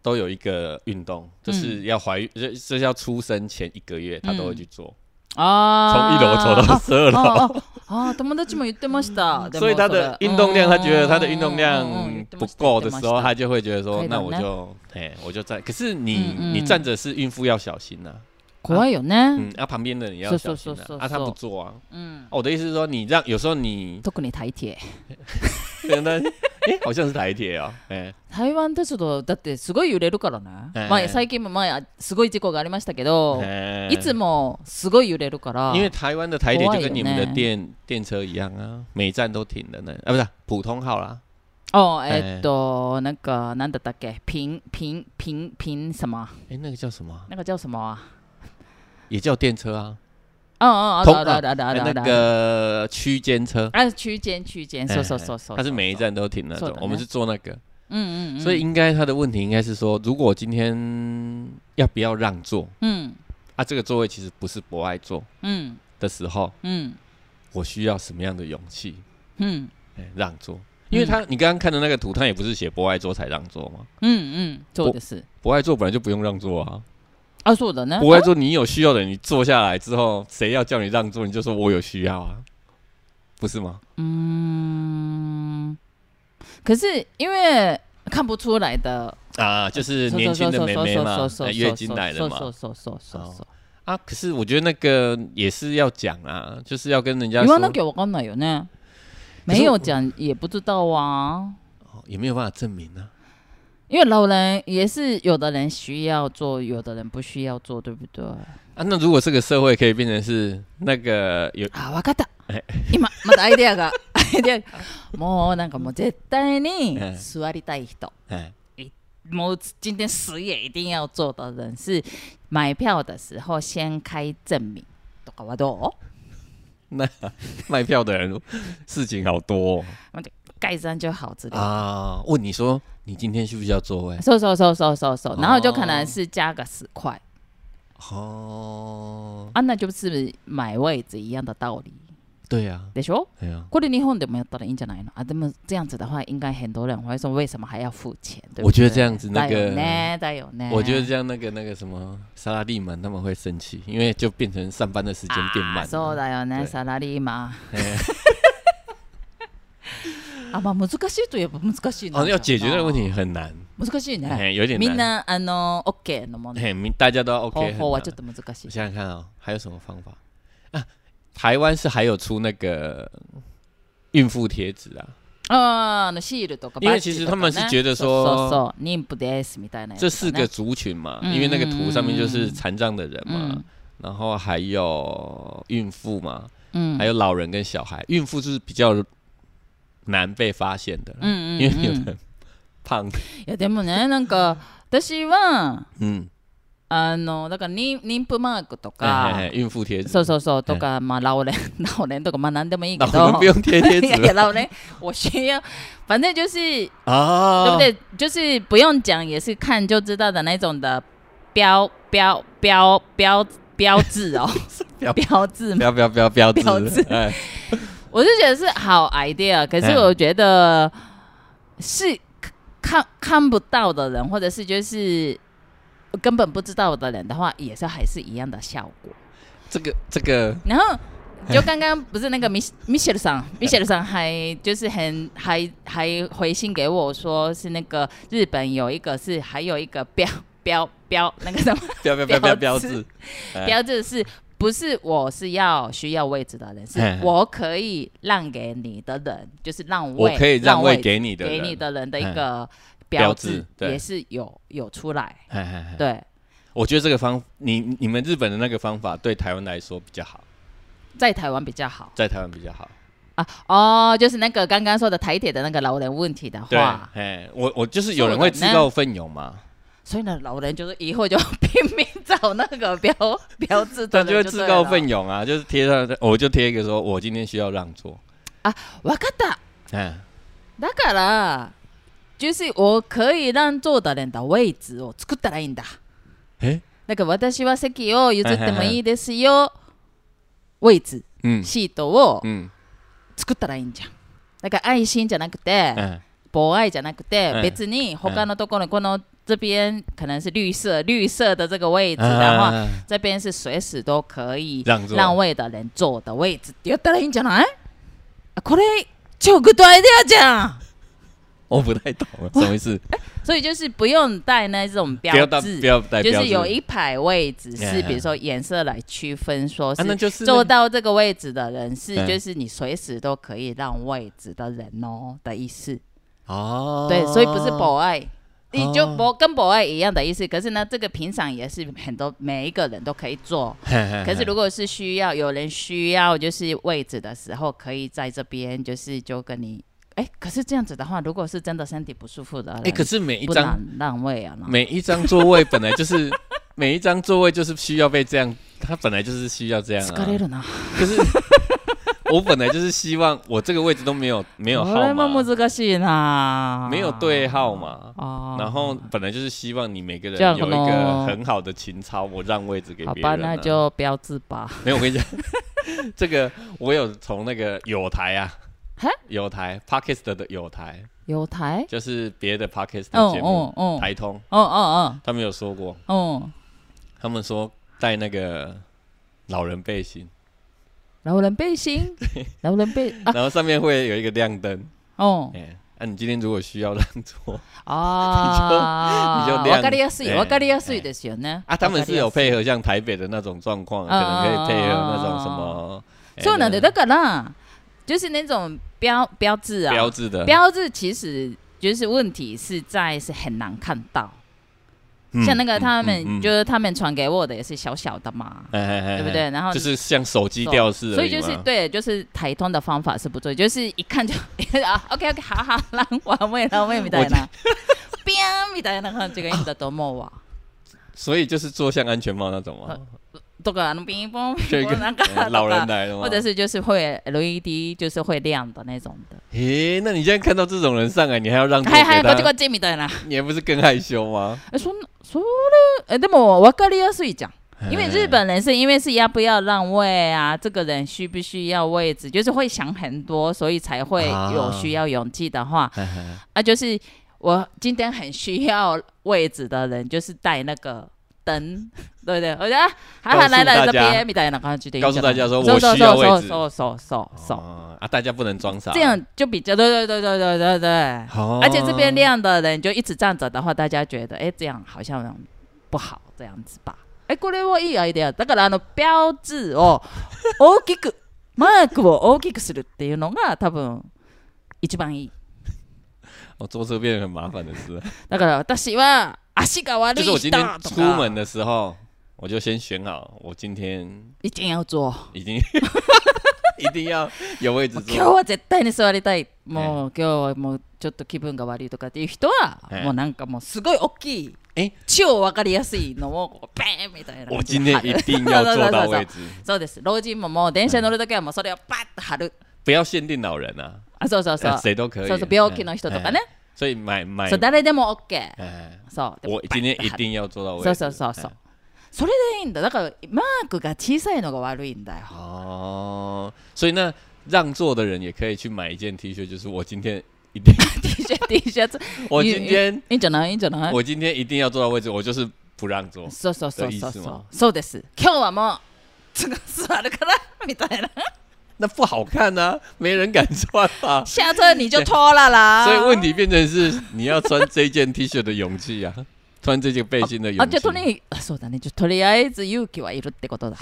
Speaker 2: 都有一个运动，就是要怀孕，就就是要出生前一个月她都会去做，从
Speaker 1: あ
Speaker 2: 一楼走
Speaker 1: あ
Speaker 2: 到十二楼。
Speaker 1: あああ友達も言ってました。でも
Speaker 2: 所以他的
Speaker 1: それ
Speaker 2: 运动量，
Speaker 1: うん
Speaker 2: 他觉得他的运动
Speaker 1: うんうんうん言っ
Speaker 2: 量
Speaker 1: て
Speaker 2: 不
Speaker 1: ました
Speaker 2: 够
Speaker 1: 言っ
Speaker 2: 的
Speaker 1: てまし
Speaker 2: 时
Speaker 1: た
Speaker 2: 候，他就会觉
Speaker 1: 可
Speaker 2: 得说，
Speaker 1: 以的
Speaker 2: 那我
Speaker 1: 呢
Speaker 2: 就，哎，我就站。可是你
Speaker 1: 嗯嗯
Speaker 2: 你站着是孕妇要小心呐，
Speaker 1: 怖いよね。
Speaker 2: 嗯，啊，旁边的人也要
Speaker 1: 是
Speaker 2: 小
Speaker 1: 是
Speaker 2: 心
Speaker 1: 是是
Speaker 2: 啊，啊，他
Speaker 1: 是
Speaker 2: 不做啊。
Speaker 1: うん。
Speaker 2: 哦我的意思是说，你让有时候你
Speaker 1: 特に台铁。
Speaker 2: 可能，哎，好像是台铁哦，哎，
Speaker 1: 台湾鉄道だってすごい揺れるからね。
Speaker 2: ええ
Speaker 1: まあ最近もまあすごい事故がありましたけど、
Speaker 2: 哎
Speaker 1: いつもすごい揺れるから。
Speaker 2: 因为台湾的台铁
Speaker 1: 国外
Speaker 2: 就跟
Speaker 1: 有
Speaker 2: 你们的
Speaker 1: 呢
Speaker 2: 电电车一样啊，每一站都停的呢，啊，不是普通号啦，
Speaker 1: 哦，
Speaker 2: 哎
Speaker 1: えっと、なんか、なんだったっけピン、ピン、ピン、ピン什么
Speaker 2: 哎，那个叫什么啊？
Speaker 1: なんか叫什么啊
Speaker 2: 也叫电车啊，
Speaker 1: 哦哦，ある
Speaker 2: 通
Speaker 1: あるあるあるあ
Speaker 2: 哎
Speaker 1: るあ
Speaker 2: 那
Speaker 1: る。
Speaker 2: 个区间车，
Speaker 1: あ、啊区间、区间、そうそうそうそう。
Speaker 2: 哎它是每一站都停那
Speaker 1: そう
Speaker 2: 种
Speaker 1: だ，ね
Speaker 2: 我们是坐那个。
Speaker 1: うんうんうん。
Speaker 2: 所以应该他的问题应该是说，如果今天要不要让座
Speaker 1: うん
Speaker 2: 啊？这个座位其实不是不爱坐
Speaker 1: うん
Speaker 2: 的时候，
Speaker 1: うん
Speaker 2: 我需要什么样的勇气、
Speaker 1: うん
Speaker 2: 哎让座？因为他、你刚刚看的那个图，他也不是写不爱坐才让座吗？
Speaker 1: うんうん。そうです。
Speaker 2: 不爱坐本来就不用让座啊！
Speaker 1: あ、そうだね。
Speaker 2: 不爱坐，你有需要的，你坐下来之后，谁要叫你让座，你就说我有需要啊，不是吗？
Speaker 1: 嗯，可是因为看不出来的，
Speaker 2: 啊，就是年轻的妹妹嘛，哎月经来了嘛，
Speaker 1: 嘛。
Speaker 2: 啊！可是我觉得那个也是要讲啊，就是要跟人家
Speaker 1: 言わな
Speaker 2: 说，
Speaker 1: きゃわかんないよね。
Speaker 2: 可是
Speaker 1: 没有讲也不知道啊，
Speaker 2: 哦也没有办法证明啊。
Speaker 1: 因为老人也是有的人需要做，有的人不需要做，对不对？
Speaker 2: 啊，那如果这个社会可以变成是那个有
Speaker 1: あ、わかった
Speaker 2: え。
Speaker 1: 今またアイデアがアイデアがもうなんかもう絶対に
Speaker 2: ええ
Speaker 1: 座りたい人。
Speaker 2: 哎
Speaker 1: 某今天死也一定要做的人是，买票的时候先开证明。とかはどう？
Speaker 2: 卖票的人事情好多、
Speaker 1: 盖章就好之类的。
Speaker 2: 哦、啊，问你说你今天需不需要座位？
Speaker 1: 收收收收收收，然后就可能
Speaker 2: 哦
Speaker 1: 是加个十块
Speaker 2: 哦，
Speaker 1: 啊，那就是买位置一样的道理，
Speaker 2: 对呀、
Speaker 1: でしょ？
Speaker 2: 对啊呀、
Speaker 1: これ日本でもやったらいいんじゃないの？啊，那么这样子的话，应该很多人会说为什么还要付钱？对不对
Speaker 2: 我觉得这样子那
Speaker 1: だ
Speaker 2: 个
Speaker 1: よね，だよね。
Speaker 2: 我觉得这样那个那个什么萨拉利曼他们会生气，因为就变成上班的时间变慢
Speaker 1: 啊そう
Speaker 2: 了。
Speaker 1: だよね、
Speaker 2: 对
Speaker 1: サラリーマン。
Speaker 2: 哎
Speaker 1: あ、まあ難しいといえば難しいな。
Speaker 2: 哦，要解决这个问题很难，
Speaker 1: 難しいね。
Speaker 2: 哎，有点
Speaker 1: みん
Speaker 2: 难。
Speaker 1: なあの OK のもの
Speaker 2: 嘿，明大家都要 OK
Speaker 1: 方
Speaker 2: 很
Speaker 1: 法は
Speaker 2: 难
Speaker 1: ちょっと難し
Speaker 2: 哦
Speaker 1: い。
Speaker 2: 我想想看啊、还有什么方法啊？台湾是还有出那个孕妇贴纸啊，
Speaker 1: あーあのシールとか
Speaker 2: 因
Speaker 1: バ
Speaker 2: 为
Speaker 1: ッジとか、ね、
Speaker 2: 其实他们是觉得说
Speaker 1: そうそうそう妊婦ですみたいなやつ、
Speaker 2: 这
Speaker 1: ね。
Speaker 2: 四个族群嘛，
Speaker 1: 嗯
Speaker 2: 因为那个图上面就是残障的人嘛，
Speaker 1: 嗯
Speaker 2: 然后还有孕妇嘛，
Speaker 1: うん
Speaker 2: 还有老人跟小孩。孕妇是比较难被发现的，
Speaker 1: うんうんうん
Speaker 2: 因为有的
Speaker 1: い
Speaker 2: 人胖，
Speaker 1: やでもねなんか私は
Speaker 2: 嗯，
Speaker 1: あのだから妊妊婦マークとか、
Speaker 2: 哎哎哎孕妇贴纸，
Speaker 1: そうそうそうとかまあ老年 老年とかまあ何でもいいけ
Speaker 2: 那
Speaker 1: ど。
Speaker 2: 我们不用贴贴
Speaker 1: い
Speaker 2: 纸
Speaker 1: やい
Speaker 2: 了
Speaker 1: や老年我需要，反正就是对
Speaker 2: 啊，
Speaker 1: 不？对？就是不用讲，也是看就知道的那种的标标标标标志哦
Speaker 2: 标
Speaker 1: 标志
Speaker 2: 不
Speaker 1: 嘛。
Speaker 2: 要不要不要标志
Speaker 1: 标志，
Speaker 2: 哎，
Speaker 1: 我就觉得是好 idea，可是
Speaker 2: 嗯
Speaker 1: 我觉得是看看看不到的人，或者是就是根本不知道的人的话，也是还是一样的效果。
Speaker 2: 这个这个
Speaker 1: 然 后。就刚刚不是那个米 米歇尔桑，米歇尔桑还就是很还还回信给我说是那个日本有一个是还有一个标标标那个什 么
Speaker 2: 不要不要不要不
Speaker 1: 标
Speaker 2: 要标
Speaker 1: 志
Speaker 2: 志，哎
Speaker 1: 标志是不是我是要需要位置的人，是
Speaker 2: 嗯
Speaker 1: 我可以让给你的人，就是让
Speaker 2: 我
Speaker 1: 位，
Speaker 2: 可以让位
Speaker 1: 位
Speaker 2: 给你的人，
Speaker 1: 给你的人的一
Speaker 2: 嗯
Speaker 1: 个
Speaker 2: 标
Speaker 1: 标
Speaker 2: 志
Speaker 1: 志，
Speaker 2: 对
Speaker 1: 也是有有出来，
Speaker 2: 哎哎哎
Speaker 1: 对，
Speaker 2: 我觉得这个方，你你们日本的那个方法对台湾来说比较好，
Speaker 1: 在台湾比较好
Speaker 2: 在台湾比较好。
Speaker 1: 啊。哦，就是那个刚刚说的台铁的那个老人问题的
Speaker 2: 对
Speaker 1: 话，。
Speaker 2: 哎，我我就是有人会自告奋勇嘛，
Speaker 1: 所以呢，老人就是以后就拼命找那个标标志的
Speaker 2: 他
Speaker 1: 人
Speaker 2: 就会
Speaker 1: 对
Speaker 2: 自告
Speaker 1: 了
Speaker 2: 奋勇啊，就是贴上，我就贴一个说，我今天需要让座。
Speaker 1: わかった。
Speaker 2: 嗯，
Speaker 1: だから、就是我可以让座的人的位置を作ったらいいんだ。
Speaker 2: 哎，
Speaker 1: だから私は席を譲ってもいいですよ。位置、
Speaker 2: 嗯
Speaker 1: シートを
Speaker 2: 嗯
Speaker 1: 作ったらいいんじゃん。だから愛心じゃなくて、
Speaker 2: 嗯
Speaker 1: 博爱じゃなくて、
Speaker 2: 嗯
Speaker 1: 別に他のところにこの这边可能是绿色绿色的这个位置的话、
Speaker 2: 啊，
Speaker 1: 这边是随时都可以
Speaker 2: 让座
Speaker 1: 让位的人坐的哎位置って言ったらいいんじゃないあこれ超グッドアイデアじゃん
Speaker 2: 我不太懂什么 意思，
Speaker 1: 所以就是不用带那种标
Speaker 2: 不要带
Speaker 1: 志，
Speaker 2: 不要带
Speaker 1: 就
Speaker 2: 标
Speaker 1: 是
Speaker 2: 志，
Speaker 1: 有一排位置是
Speaker 2: 嗯
Speaker 1: 比如说颜色来区分，说
Speaker 2: 啊，那
Speaker 1: 是
Speaker 2: 就是
Speaker 1: 坐到这个位置的人是
Speaker 2: 嗯
Speaker 1: 就是你随时都可以让位置的人哦的意思。
Speaker 2: 哦，
Speaker 1: 对，所以不是博爱，你就
Speaker 2: 哦
Speaker 1: 博跟博爱一样的意思。可是呢，这个平常也是很多每一个人都可以做。可
Speaker 2: 可
Speaker 1: 是如果是需要有人需要就是位置的时候，可以在这边就是就跟你。哎，可是这样子的话，如果是真的身体不舒服的人，
Speaker 2: 哎，可是每一
Speaker 1: 不
Speaker 2: 张
Speaker 1: 能让位啊，
Speaker 2: 每一张座位本来就是每一张座位就是需要被这样，他本来就是需要这样
Speaker 1: 疲れ
Speaker 2: 啊，
Speaker 1: るな。
Speaker 2: 可是 我本来就是希望我这个位置都没有没有
Speaker 1: これも
Speaker 2: 号码，
Speaker 1: 難しいな。
Speaker 2: 没有对号码。
Speaker 1: 哦。
Speaker 2: 然后本来就是希望你每个人
Speaker 1: 这样
Speaker 2: 有一
Speaker 1: 咯
Speaker 2: 个很好的情操，我让位置给
Speaker 1: 好
Speaker 2: 别人、啊。
Speaker 1: 吧，那就标志吧。
Speaker 2: 没有，我跟你讲， 这个我有从那个友台啊
Speaker 1: 哈，
Speaker 2: 友台 Podcast 的友台，
Speaker 1: 有 台。
Speaker 2: 就是别的 Podcast
Speaker 1: 嗯
Speaker 2: 的节目，
Speaker 1: 嗯嗯。
Speaker 2: 台通
Speaker 1: 嗯嗯
Speaker 2: 他们有说过，
Speaker 1: 嗯嗯。
Speaker 2: 他们说带那个老人背心，
Speaker 1: 老人背 心，老人背啊，
Speaker 2: 然后上面会有一个亮灯，
Speaker 1: 哦
Speaker 2: 哎、那、你今天如果需要让 座
Speaker 1: 啊，
Speaker 2: 你就
Speaker 1: わ
Speaker 2: 亮
Speaker 1: かりやすい、
Speaker 2: ええ
Speaker 1: わかりやすいですよね。
Speaker 2: 啊，他们是有配
Speaker 1: 合。
Speaker 2: 合像台北的那种状况，可
Speaker 1: 啊
Speaker 2: 能可以配合那种什
Speaker 1: 啊啊
Speaker 2: 么，哎
Speaker 1: そうなんで
Speaker 2: 那
Speaker 1: だから就是那种标标志啊，
Speaker 2: 标志的
Speaker 1: 标志其实就是问题是在是很难看到，
Speaker 2: 嗯
Speaker 1: 像那个
Speaker 2: 嗯
Speaker 1: 他
Speaker 2: 嗯
Speaker 1: 们、
Speaker 2: 嗯
Speaker 1: 就是他们传给我的也是小小的嘛，
Speaker 2: 哎哎哎
Speaker 1: 对不？对？然后
Speaker 2: 哎就是像手机吊饰而已嘛，
Speaker 1: 所以就是对，就是台通的方法是不对，就是一看就啊，OK OK，好好，让完位让位みたいな、ビャンみたいな感じがいいんだと思うわ。
Speaker 2: 所以就是做像安全帽那种
Speaker 1: 哦
Speaker 2: 嘛，
Speaker 1: とかあのピンポン
Speaker 2: 就
Speaker 1: ピ
Speaker 2: 一
Speaker 1: ン
Speaker 2: 个
Speaker 1: ポンなんかと か
Speaker 2: 老人来了嘛。
Speaker 1: 或者是就是会 LED 就是会亮的那种的，
Speaker 2: 诶、那你现在看到这种人上来，你还要让座
Speaker 1: はいはいこっ
Speaker 2: 给
Speaker 1: ちこ
Speaker 2: 他，
Speaker 1: っちみたいな。
Speaker 2: 你也不是更害羞吗？
Speaker 1: えそんなそれえでも分かりやすいじゃん。 因为
Speaker 2: 哎
Speaker 1: 日本人是因为是要不要让位啊，这个人需不需要位置，就是会想很多，所以才会
Speaker 2: 啊
Speaker 1: 有需要勇气的话
Speaker 2: 哎哎
Speaker 1: 啊，就是我今天很需要位置的人，就是带那个灯，对不对？我觉得啊好
Speaker 2: 告
Speaker 1: 好
Speaker 2: 诉
Speaker 1: 来来
Speaker 2: 大
Speaker 1: 这
Speaker 2: 家
Speaker 1: 边，みたいな感じでいいんじゃない。
Speaker 2: 告诉大家说
Speaker 1: そう
Speaker 2: 我
Speaker 1: そう
Speaker 2: 需要
Speaker 1: そう
Speaker 2: 位置
Speaker 1: そうそうそうそう。
Speaker 2: 哦啊，大家不能装傻，
Speaker 1: 这样就比较对对对对对对对。
Speaker 2: 哦，
Speaker 1: 而且这边亮的人就一直站着的话，大家觉得哎、诶这样好像不好，这样子吧。哎、これはいいアイデア。だからあの标志を大きくマークを大きくするっていうのが多分一番いい。
Speaker 2: 我哦坐这边很麻烦的 事，
Speaker 1: だから私は足が悪
Speaker 2: 就
Speaker 1: い
Speaker 2: 是我
Speaker 1: 人と
Speaker 2: 今天
Speaker 1: か
Speaker 2: 出门的时候，我就先选好，我今天
Speaker 1: 一定要坐。
Speaker 2: 已 经 一定要有位置
Speaker 1: 今日
Speaker 2: 坐。
Speaker 1: は絶対に座りたい。もう今日はもうちょっと気分が悪いとかっていう人は、
Speaker 2: ええ
Speaker 1: もうなんかもうすごい大きい
Speaker 2: え
Speaker 1: 超わかりやすいのをこうペーンみたいな感
Speaker 2: 我
Speaker 1: じ
Speaker 2: 今
Speaker 1: で貼
Speaker 2: 天
Speaker 1: る。
Speaker 2: 一定 要坐到位置，
Speaker 1: そうです。老人ももう電車乗るときはもうそれをパッと貼る。
Speaker 2: 不要限定老人啊，
Speaker 1: あ、そうそうそう。
Speaker 2: 谁都可以。啊
Speaker 1: そうそう病気の人とかね
Speaker 2: 哎，。所以买买
Speaker 1: そ，う誰でも OK。
Speaker 2: 哎
Speaker 1: そう。で
Speaker 2: 我今天一。定要坐到
Speaker 1: パッと貼るそう
Speaker 2: 位置。
Speaker 1: そうそうそう
Speaker 2: 哎。
Speaker 1: それでいいんだ。だからマークが小さいのが悪いんだよ。
Speaker 2: 哦，所以那让座的人也可以去买一件 T 恤，就是我今天一定，
Speaker 1: T シャツ T シャツ。
Speaker 2: 我今天
Speaker 1: いいんじゃないいいんじゃない
Speaker 2: 我今天一定要坐到位置，我就是不让座。
Speaker 1: そうそうそうそう
Speaker 2: そういいっす
Speaker 1: そ
Speaker 2: わ
Speaker 1: う。そうです。今日はもうつが座るからみた いな。
Speaker 2: 那不好看啊，没人敢穿啊。
Speaker 1: 下车你就脱了啦。
Speaker 2: 所以问题变成是你要穿这件 T 恤的勇气啊，穿这件背心的
Speaker 1: あ、
Speaker 2: 勇
Speaker 1: じゃ
Speaker 2: 气
Speaker 1: あ。とにあそうだね。じゃあとりあえず勇気はいるってことだ。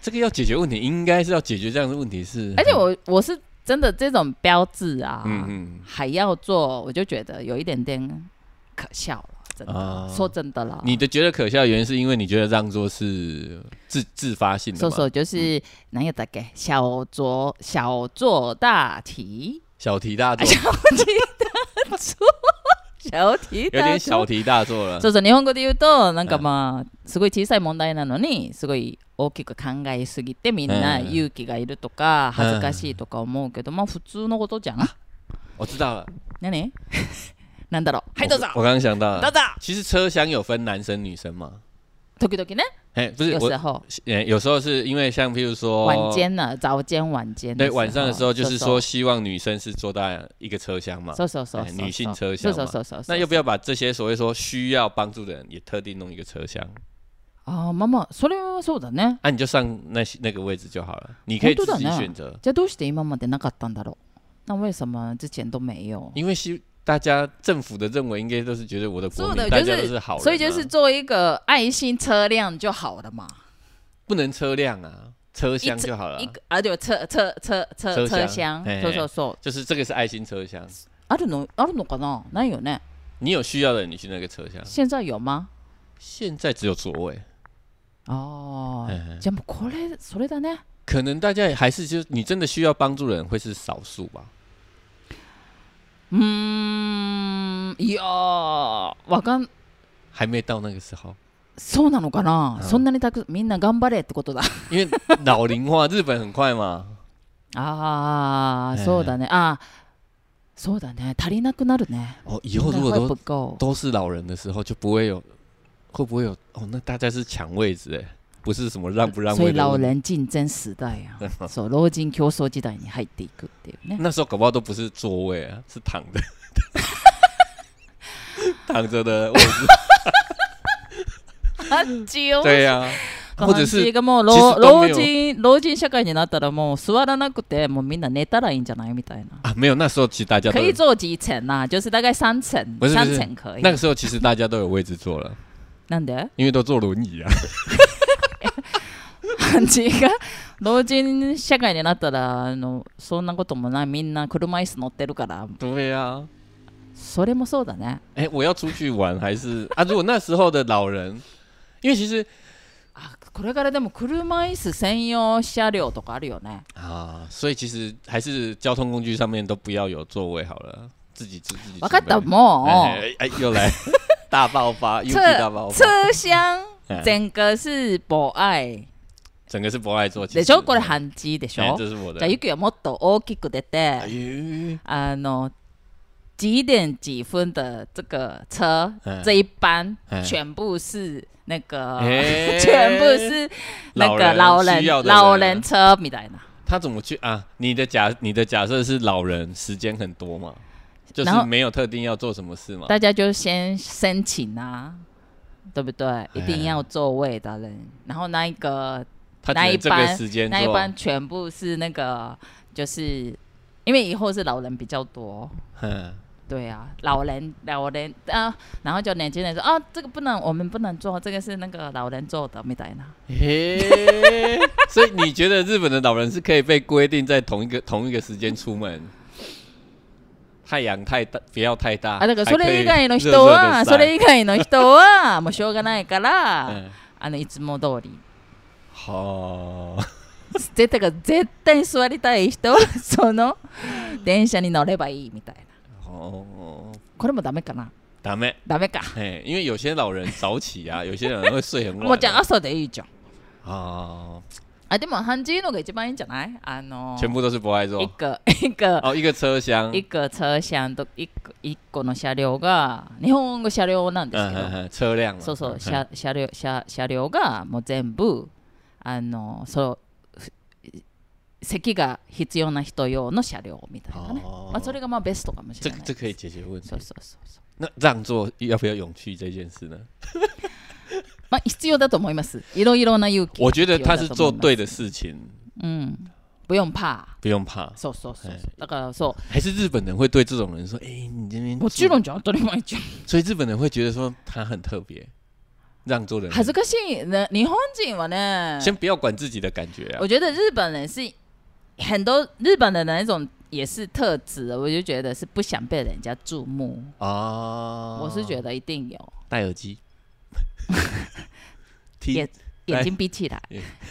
Speaker 2: 这个要解决问题，应该是要解决这样的问题是。
Speaker 1: 而且我我是真的这种标志啊，
Speaker 2: 嗯
Speaker 1: 还要做，我就觉得有一点点可笑了，真的，
Speaker 2: 啊
Speaker 1: 说真的啦
Speaker 2: 嗯，。你的觉得可笑的原因是因为你觉得让座是自自发性的
Speaker 1: 说
Speaker 2: 嘛？
Speaker 1: 说就是哪有大概小酌小酌大题，
Speaker 2: 小题大
Speaker 1: 啊
Speaker 2: 做，
Speaker 1: 小题大做，小題
Speaker 2: 有
Speaker 1: 大做
Speaker 2: 点小题大做了。
Speaker 1: そうそう日本語で言うとなんかまあすごい小さい問題なのにすごい大きく考えすぎてみんな
Speaker 2: うん
Speaker 1: 勇気がいるとか
Speaker 2: うん
Speaker 1: 恥ずかしいとか思うけどまあ普通のことじゃん
Speaker 2: 哦我知道了，
Speaker 1: 何 なんだろうはいどうぞ
Speaker 2: 我我刚刚想到
Speaker 1: どう
Speaker 2: 了，
Speaker 1: ぞ
Speaker 2: 其实车厢有分男生女生嘛。
Speaker 1: 時々ね
Speaker 2: 哎，不是
Speaker 1: 有
Speaker 2: 我
Speaker 1: 时，候
Speaker 2: 呃有时候是因为像譬如说
Speaker 1: 晚间呢早间晚间
Speaker 2: 哦对晚上的时候，就是说
Speaker 1: そう
Speaker 2: 希望女生是坐在一个车厢嘛。
Speaker 1: そうそうそう
Speaker 2: 哎
Speaker 1: そう
Speaker 2: 女性车
Speaker 1: そう
Speaker 2: 厢
Speaker 1: そうそ
Speaker 2: 嘛。
Speaker 1: うそう
Speaker 2: 那要不要把这些所谓说需要帮助的人也特地弄一个车厢？
Speaker 1: あーまあまあそれはそうだね
Speaker 2: 啊，你就上那些那个位置就好了，你可以
Speaker 1: 本
Speaker 2: 自
Speaker 1: 当
Speaker 2: 己
Speaker 1: だね
Speaker 2: 选择，
Speaker 1: じゃあどうして今までなかったんだろう那为什么之前都没有
Speaker 2: 因为希大家政府的认为应该都是觉得我的国
Speaker 1: そう
Speaker 2: 民
Speaker 1: だよ
Speaker 2: 大
Speaker 1: 就
Speaker 2: 家都
Speaker 1: 是
Speaker 2: 是好人啊，
Speaker 1: 所以就是做一个爱心车辆就好了嘛，
Speaker 2: 不能车辆啊，车厢就好了
Speaker 1: 一。个啊对车车车车
Speaker 2: 车
Speaker 1: 车
Speaker 2: 厢哎
Speaker 1: 厢，
Speaker 2: 嘿
Speaker 1: そうそうそう。
Speaker 2: 就是这个是爱心车厢，
Speaker 1: あるのあるのかな？ないよね。
Speaker 2: 你有需要的你去那个车厢。
Speaker 1: 現在有吗？
Speaker 2: 现在只有座位，
Speaker 1: あ
Speaker 2: 嘿
Speaker 1: あ、
Speaker 2: 嘿
Speaker 1: じゃあもうこれそれだね。
Speaker 2: 可能大家也还是就是你真的需要帮助的人会是少数吧。
Speaker 1: うーん、いやー、わかん、
Speaker 2: 还没到那个时候，
Speaker 1: そうなのかな？
Speaker 2: うん
Speaker 1: そんなにたくみんな頑張れってことだ。
Speaker 2: 因为老龄化，日本很快嘛。
Speaker 1: あ
Speaker 2: へ
Speaker 1: あ、
Speaker 2: え
Speaker 1: そうだね。あー、そうだね。足りなくなるね。
Speaker 2: 哦，以后如果
Speaker 1: 人が
Speaker 2: 都
Speaker 1: 不够。
Speaker 2: 都是老人的时候，就不会有，会不会有？哦，那大家是抢位置哎，不是什么让不让
Speaker 1: 所
Speaker 2: 位
Speaker 1: 以
Speaker 2: 的
Speaker 1: 老
Speaker 2: 问题。
Speaker 1: 人競争時代やそう老人競争時代に入っていくって いうね
Speaker 2: 那时候搞不好都不是座位啊，是躺的， 躺着的位置。
Speaker 1: あっちよ
Speaker 2: 对 呀、或者是
Speaker 1: がもう
Speaker 2: 其
Speaker 1: 老
Speaker 2: 实都
Speaker 1: 老
Speaker 2: 没有
Speaker 1: 人老人社会になったらもう座らなくてもうみんな寝たらいいんじゃないみたいな
Speaker 2: 啊，没有，那时候其实大家都
Speaker 1: 可以
Speaker 2: 有
Speaker 1: 坐几层啊就是大概三层
Speaker 2: 不是不
Speaker 1: 三
Speaker 2: 是
Speaker 1: 层可以
Speaker 2: 那个时候其实大家都有位置坐了，
Speaker 1: なんで
Speaker 2: 因为都坐轮 椅啊。
Speaker 1: 違う老人社会になったらあのそんなこともないみんな車椅子乗ってるから
Speaker 2: 对呀、啊，
Speaker 1: それもそうだね
Speaker 2: 哎、我要出去玩还是啊？如果那时候的老人， 因为其实
Speaker 1: あこれからでも車椅子専用車両とかあるよね
Speaker 2: 啊，所以其实还是交通工具上面都不要有座位好了，自己自自己。
Speaker 1: 分かったもう、
Speaker 2: 哎哎，又来 大爆 发，U P 大爆发，
Speaker 1: 车厢
Speaker 2: 嗯
Speaker 1: 整个是博愛
Speaker 2: 整个是博爱座。其
Speaker 1: でし
Speaker 2: 实
Speaker 1: ょこれ半地でし
Speaker 2: 哎
Speaker 1: ょ
Speaker 2: 这
Speaker 1: じ
Speaker 2: 是我的。
Speaker 1: ゃあゆきはもっと大きく出
Speaker 2: 哎
Speaker 1: て
Speaker 2: 呦
Speaker 1: あの呃几点几分的这个车
Speaker 2: 嗯
Speaker 1: 这一班
Speaker 2: 嗯
Speaker 1: 全部是那个
Speaker 2: 哎
Speaker 1: 全部是那个老人
Speaker 2: 需要的啊哦
Speaker 1: 老人车みたいな
Speaker 2: 他怎么去啊？你的假你的假设是老人时间很多嘛，就
Speaker 1: 然
Speaker 2: 是
Speaker 1: 后
Speaker 2: 没有特定要做什么事嘛。
Speaker 1: 大家就先申请啊对不对？一定要座位的人，然后那一个
Speaker 2: 他
Speaker 1: 那
Speaker 2: 觉
Speaker 1: 一
Speaker 2: 得这个
Speaker 1: 班
Speaker 2: 时间
Speaker 1: 那一
Speaker 2: 做，
Speaker 1: 班全部是那个，就是因为以后是老人比较多，
Speaker 2: 嗯，
Speaker 1: 对啊，老人老人啊，然后就年轻人说啊，这个不能，我们不能做，这个是那个老人做的，没得呢。
Speaker 2: 嘿，所以你觉得日本的老人是可以被规定在同一个同一个时间出门？太阳太大，不要太大。
Speaker 1: 啊，だから
Speaker 2: 还
Speaker 1: そ
Speaker 2: 可
Speaker 1: れ以外の人
Speaker 2: 热热地
Speaker 1: は、それ啊
Speaker 2: 晒
Speaker 1: 以外の人はもうしょうがないから、
Speaker 2: 嗯，
Speaker 1: あのいつも通り。
Speaker 2: 好，
Speaker 1: 絶対が絶対座りたい人はその電車に乗ればいいみたいな。
Speaker 2: 哦，
Speaker 1: これもダメかな？
Speaker 2: ダメ。
Speaker 1: ダメか。
Speaker 2: 哎，因为有些老人早起啊，有些人会睡很晚啊。
Speaker 1: もうじゃあ朝でいいじゃん。
Speaker 2: 哦，
Speaker 1: あでも半自由のが一番いいんじゃない？あの
Speaker 2: 全部都是不爱
Speaker 1: 哦一
Speaker 2: 坐。
Speaker 1: 个一个
Speaker 2: 哦，一个车厢。
Speaker 1: 一
Speaker 2: 嗯
Speaker 1: 个车厢と一個一個の車両が日本語車両なんですけど、
Speaker 2: 嗯嗯，车辆嘛。
Speaker 1: そうそ
Speaker 2: 嗯
Speaker 1: う車車両車車両がもう全部あのそうふ席が必要な人用の車両みたいなね。
Speaker 2: 哦
Speaker 1: まあそれがまあベストかもし
Speaker 2: 这
Speaker 1: れ
Speaker 2: 个
Speaker 1: ない。
Speaker 2: 这可以解决问题
Speaker 1: そう。そうそうそう。
Speaker 2: 那让座要不要勇气这件事呢？
Speaker 1: まあ必要だと思います。いろいろな勇気。
Speaker 2: 我觉得他是做对
Speaker 1: 的。
Speaker 2: 的事情，
Speaker 1: うん。不用怕。
Speaker 2: 不用怕。
Speaker 1: そうそうそう
Speaker 2: はい。
Speaker 1: だからそう。
Speaker 2: 还是日本人会对这种人说：“哎、你这边
Speaker 1: もちろんじゃん当たり前じゃん。
Speaker 2: 所以日本人会觉得说他很特别，让座的人
Speaker 1: 恥ずかしいね。日本人はね。
Speaker 2: 先不要管自己的感觉啊
Speaker 1: 我。觉得日本人是很多日本的那种也是特质，我就觉得是不想被人家注目。
Speaker 2: 啊，
Speaker 1: 我是觉
Speaker 2: 得
Speaker 1: 得一定有，
Speaker 2: 戴 耳机，听
Speaker 1: 也眼睛闭起来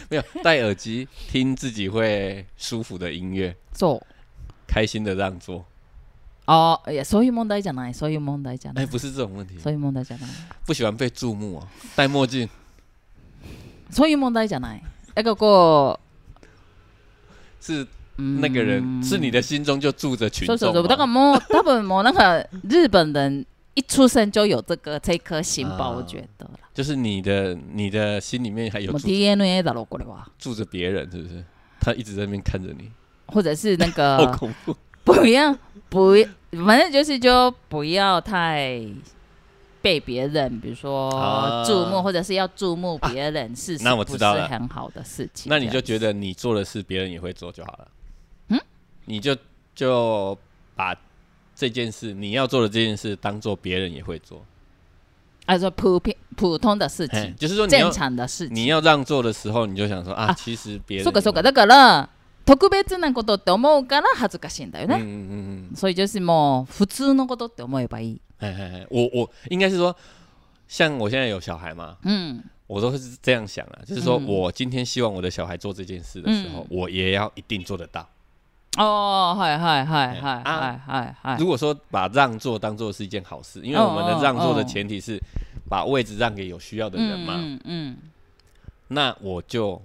Speaker 2: 没有戴耳机听自己会舒服的音乐，
Speaker 1: 做哦
Speaker 2: 开心的让座。
Speaker 1: ああいやそういう問題じゃないそういう問題じゃな
Speaker 2: 哎，
Speaker 1: い
Speaker 2: 不是这种问题，
Speaker 1: そういう問題じゃない
Speaker 2: 不喜欢被注目哦，戴墨镜，
Speaker 1: そういう問題じゃないなんかこ
Speaker 2: 是
Speaker 1: う、うん
Speaker 2: 那个
Speaker 1: 嗯
Speaker 2: 人，是你的心中就住着群
Speaker 1: そうそう
Speaker 2: 众
Speaker 1: そう
Speaker 2: 吗。
Speaker 1: だからもう多分もうなんか日本人一出生就有这个这颗心吧
Speaker 2: あー
Speaker 1: 我觉得啦
Speaker 2: 就是你的你的心里面还有
Speaker 1: もう
Speaker 2: 住
Speaker 1: DNA だろこれは
Speaker 2: 住着别人，是不是？他一直在那边看着你，
Speaker 1: 或者是那
Speaker 2: 好
Speaker 1: 个
Speaker 2: 恐怖。
Speaker 1: 不要不反正就是就不要太被别人，比如说
Speaker 2: 啊
Speaker 1: 注目，或者是要注目别人，是
Speaker 2: 那我知道
Speaker 1: 是
Speaker 2: 了
Speaker 1: 很好的事情。
Speaker 2: 那你就
Speaker 1: 这样
Speaker 2: 觉得你做的事，别人也会做就好了。
Speaker 1: 嗯，
Speaker 2: 你就就把这件事你要做的这件事当做别人也会做，
Speaker 1: 啊，说普遍普通的事
Speaker 2: 嘿
Speaker 1: 情，
Speaker 2: 就是说你
Speaker 1: 正
Speaker 2: 要
Speaker 1: 常的事
Speaker 2: 你
Speaker 1: 情。
Speaker 2: 要让座的时候，你就想说啊，
Speaker 1: 啊
Speaker 2: 其实别人
Speaker 1: そうかそう
Speaker 2: 也会
Speaker 1: か、だから特別なことって思うから恥ずかしいんだよ
Speaker 2: 嗯
Speaker 1: ね。
Speaker 2: 嗯嗯嗯，
Speaker 1: 所以就是もう普通のことって思えばいい。
Speaker 2: 哎哎哎，我我应该是说，像我现在有小孩嘛，
Speaker 1: 嗯
Speaker 2: 我都是这样想啊，就是说
Speaker 1: 嗯
Speaker 2: 我今天希望我的小孩做这件事的时候
Speaker 1: 嗯，
Speaker 2: 我也要一定做得到。
Speaker 1: 哦，はいはいはいはいはい
Speaker 2: 啊
Speaker 1: はいはい
Speaker 2: 如。果说把让座当做是一件好事，因为我们
Speaker 1: 哎哦
Speaker 2: 的
Speaker 1: 哦
Speaker 2: 让座的
Speaker 1: 哦
Speaker 2: 前提是把位置让给有需要的人嘛，
Speaker 1: 嗯嗯
Speaker 2: 那我就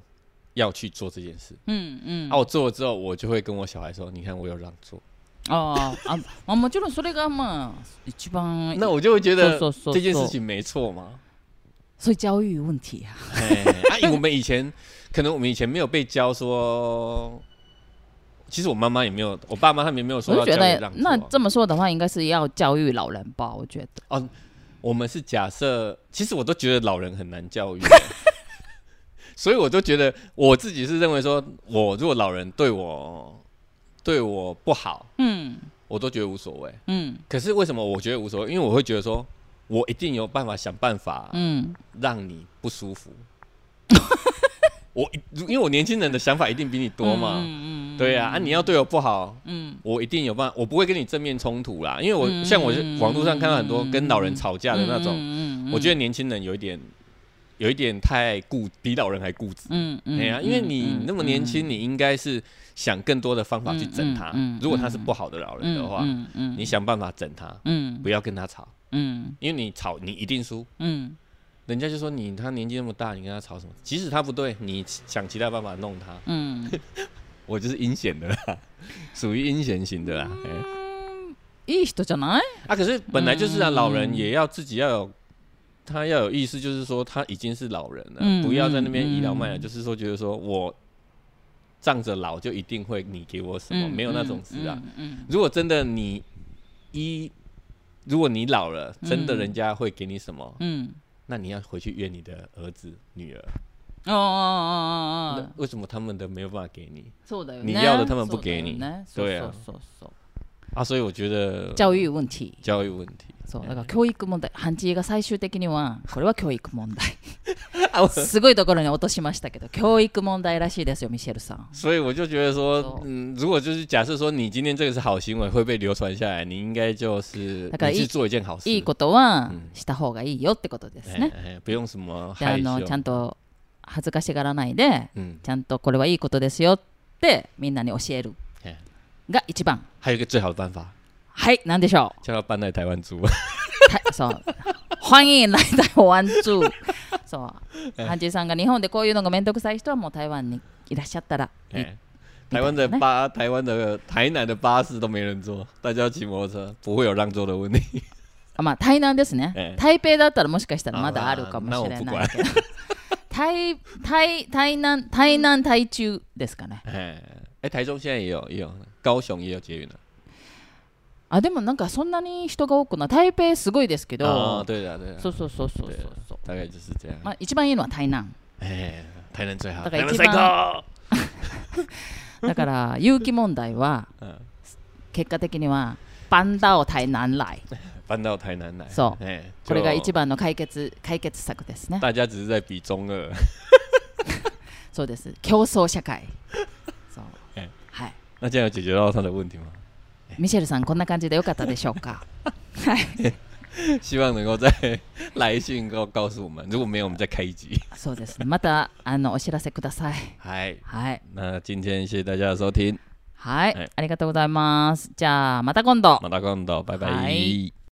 Speaker 2: 要去做这件事。
Speaker 1: 嗯嗯
Speaker 2: 啊，。我做了之后，我就会跟我小孩说：“你看，我有让座。
Speaker 1: あ ーあまあもちろんそれがまあ一番”
Speaker 2: 那我就会觉得
Speaker 1: そうそうそうそう
Speaker 2: 这件事情没错嘛。
Speaker 1: そういう教育問題や。
Speaker 2: 哎，啊，因为我们以前可能我们以前没有被教说，其实我妈妈也没有，我爸妈他们也没有
Speaker 1: 我
Speaker 2: 说
Speaker 1: 就
Speaker 2: 要教
Speaker 1: 觉
Speaker 2: 育
Speaker 1: 得
Speaker 2: 让，
Speaker 1: 那
Speaker 2: 座啊。
Speaker 1: 这么说的话，应该是要教育老人吧？我觉得
Speaker 2: 我们是假设，其实我都觉得老人很难教育，所以我都觉得我自己是认为说，我如果老人对我对我不好，
Speaker 1: 嗯
Speaker 2: 我都觉得无所谓。
Speaker 1: 嗯
Speaker 2: 可是为什么我觉得无所谓？因为我会觉得说，我一定有办法想办法
Speaker 1: 嗯，
Speaker 2: 让你不舒服。我一因为我年轻人的想法一定比你多嘛，
Speaker 1: 嗯嗯，
Speaker 2: 对呀、啊，你要对我不好，
Speaker 1: 嗯
Speaker 2: 我一定有办法，我不会跟你正面冲突啦，因为我、
Speaker 1: 嗯
Speaker 2: 像我网络上看到很多跟老人吵架的那种，
Speaker 1: 嗯
Speaker 2: 我觉
Speaker 1: 得
Speaker 2: 得年轻人有一点有一点太固，比老人还固执。
Speaker 1: 嗯嗯，
Speaker 2: 哎呀、因为你那么年轻，你应该是想更多的方法去整他
Speaker 1: 嗯嗯嗯。
Speaker 2: 如果他是不好的老人的话，
Speaker 1: 嗯嗯，
Speaker 2: 你想办法整他，
Speaker 1: 嗯
Speaker 2: 不要跟他吵，
Speaker 1: 嗯
Speaker 2: 因为你吵你一定输。
Speaker 1: 嗯
Speaker 2: 人家就说你他年纪那么大，你跟他吵什么？即使他不对，你想其他办法弄他。
Speaker 1: 嗯，
Speaker 2: 我就是阴险的啦， 属于阴险型的啦。哎
Speaker 1: いい人じゃない？
Speaker 2: 啊，可是本来就是啊，
Speaker 1: 嗯
Speaker 2: 老人也要自己要有，他要有意识，就是说他已经是老人了，
Speaker 1: 嗯
Speaker 2: 不要在那边倚老卖老，
Speaker 1: 嗯嗯
Speaker 2: 就是说觉得说我仗着老就一定会你给我什么，没有那种事啊。，
Speaker 1: 嗯
Speaker 2: 如果真的你一，如果你老了，真的
Speaker 1: 嗯
Speaker 2: 人家会给你什么，
Speaker 1: 嗯，
Speaker 2: 那你要回去约你的儿子女儿。
Speaker 1: 哦哦哦哦哦
Speaker 2: 那。为什么他们的没有办法给你
Speaker 1: そうだよね。
Speaker 2: 你要的他们不给你
Speaker 1: そうだよね
Speaker 2: 对啊
Speaker 1: そうそうそう
Speaker 2: 啊？所以我觉得
Speaker 1: 教育問題。
Speaker 2: 教育问题，
Speaker 1: そうだから教育問題。ハンチーが最終的にはこれは教育問 題。
Speaker 2: 啊我
Speaker 1: すごいところに落としましたけど、教育問題らしいですよ、ミシェルさん。
Speaker 2: 所以我就觉得说
Speaker 1: 哦，
Speaker 2: 嗯，如果就是假设说你今天这个是好行为会被流传下来，你应该就是
Speaker 1: 大概
Speaker 2: 你
Speaker 1: 一
Speaker 2: 去做一件好事，
Speaker 1: いいことは
Speaker 2: うん
Speaker 1: した方がいいよってことです
Speaker 2: 哎
Speaker 1: ね。
Speaker 2: 哎不用什么
Speaker 1: であ
Speaker 2: 害羞
Speaker 1: のち。ゃんと恥ずかしがらないで、
Speaker 2: 嗯，
Speaker 1: ちゃんとこれはいいことですよってみんなに教える
Speaker 2: え
Speaker 1: が一番。
Speaker 2: 还有一个最好的办法，
Speaker 1: はい、なんでしょう
Speaker 2: 叫他搬来台湾住。
Speaker 1: はい、そう。 欢迎来台湾住。そう。ハンジーさんが日本でこういうのがめんどくさい人はもう台湾にいらっしゃったら。
Speaker 2: 哎台湾的巴，台湾的台南的巴士都没人坐，大家骑摩托车不会有让座的问题。
Speaker 1: あまあ台南です
Speaker 2: え
Speaker 1: ね
Speaker 2: え。
Speaker 1: 台北だったらもしかしたらまだあるかもし
Speaker 2: あ
Speaker 1: れ
Speaker 2: まあ
Speaker 1: ないけど。台台台南台南台中ですかね。
Speaker 2: 哎哎，台中现在也有也有，高雄也有捷运了。啊
Speaker 1: あでもなんかそんなに人が多くない。台北すごいですけ
Speaker 2: 哦
Speaker 1: ど。
Speaker 2: 对的对的
Speaker 1: そうそうそうそう
Speaker 2: 对
Speaker 1: そ
Speaker 2: 的
Speaker 1: うそう。，
Speaker 2: 大概就是这样。
Speaker 1: まあ一番いいのは台南。
Speaker 2: 哎，台南最好，
Speaker 1: 大
Speaker 2: 台
Speaker 1: 概
Speaker 2: 南
Speaker 1: 一
Speaker 2: 最
Speaker 1: 番
Speaker 2: 高。
Speaker 1: だ から有機問題は
Speaker 2: 嗯，
Speaker 1: 結果的にはパンダを台南来。
Speaker 2: 搬到台南来。
Speaker 1: そう
Speaker 2: 哎，就
Speaker 1: これが一番の解決解決策ですね。
Speaker 2: 大家只是在比中二。
Speaker 1: そうです。競争社会。そう
Speaker 2: ええ。
Speaker 1: はい。
Speaker 2: 那这样有解决到他的问题吗？
Speaker 1: ミシェルさん、こんな感じでよかったでしょうか。
Speaker 2: 希望能够在 来信告告诉我们，如果没有，我们再开一集。
Speaker 1: そうですね。また、あの、お知らせください。
Speaker 2: 嗨，
Speaker 1: はい。
Speaker 2: 那今天谢谢大家的收听，
Speaker 1: はい、
Speaker 2: はい
Speaker 1: ありがとうございます。じゃあまた今度。
Speaker 2: また今度，拜拜。
Speaker 1: はい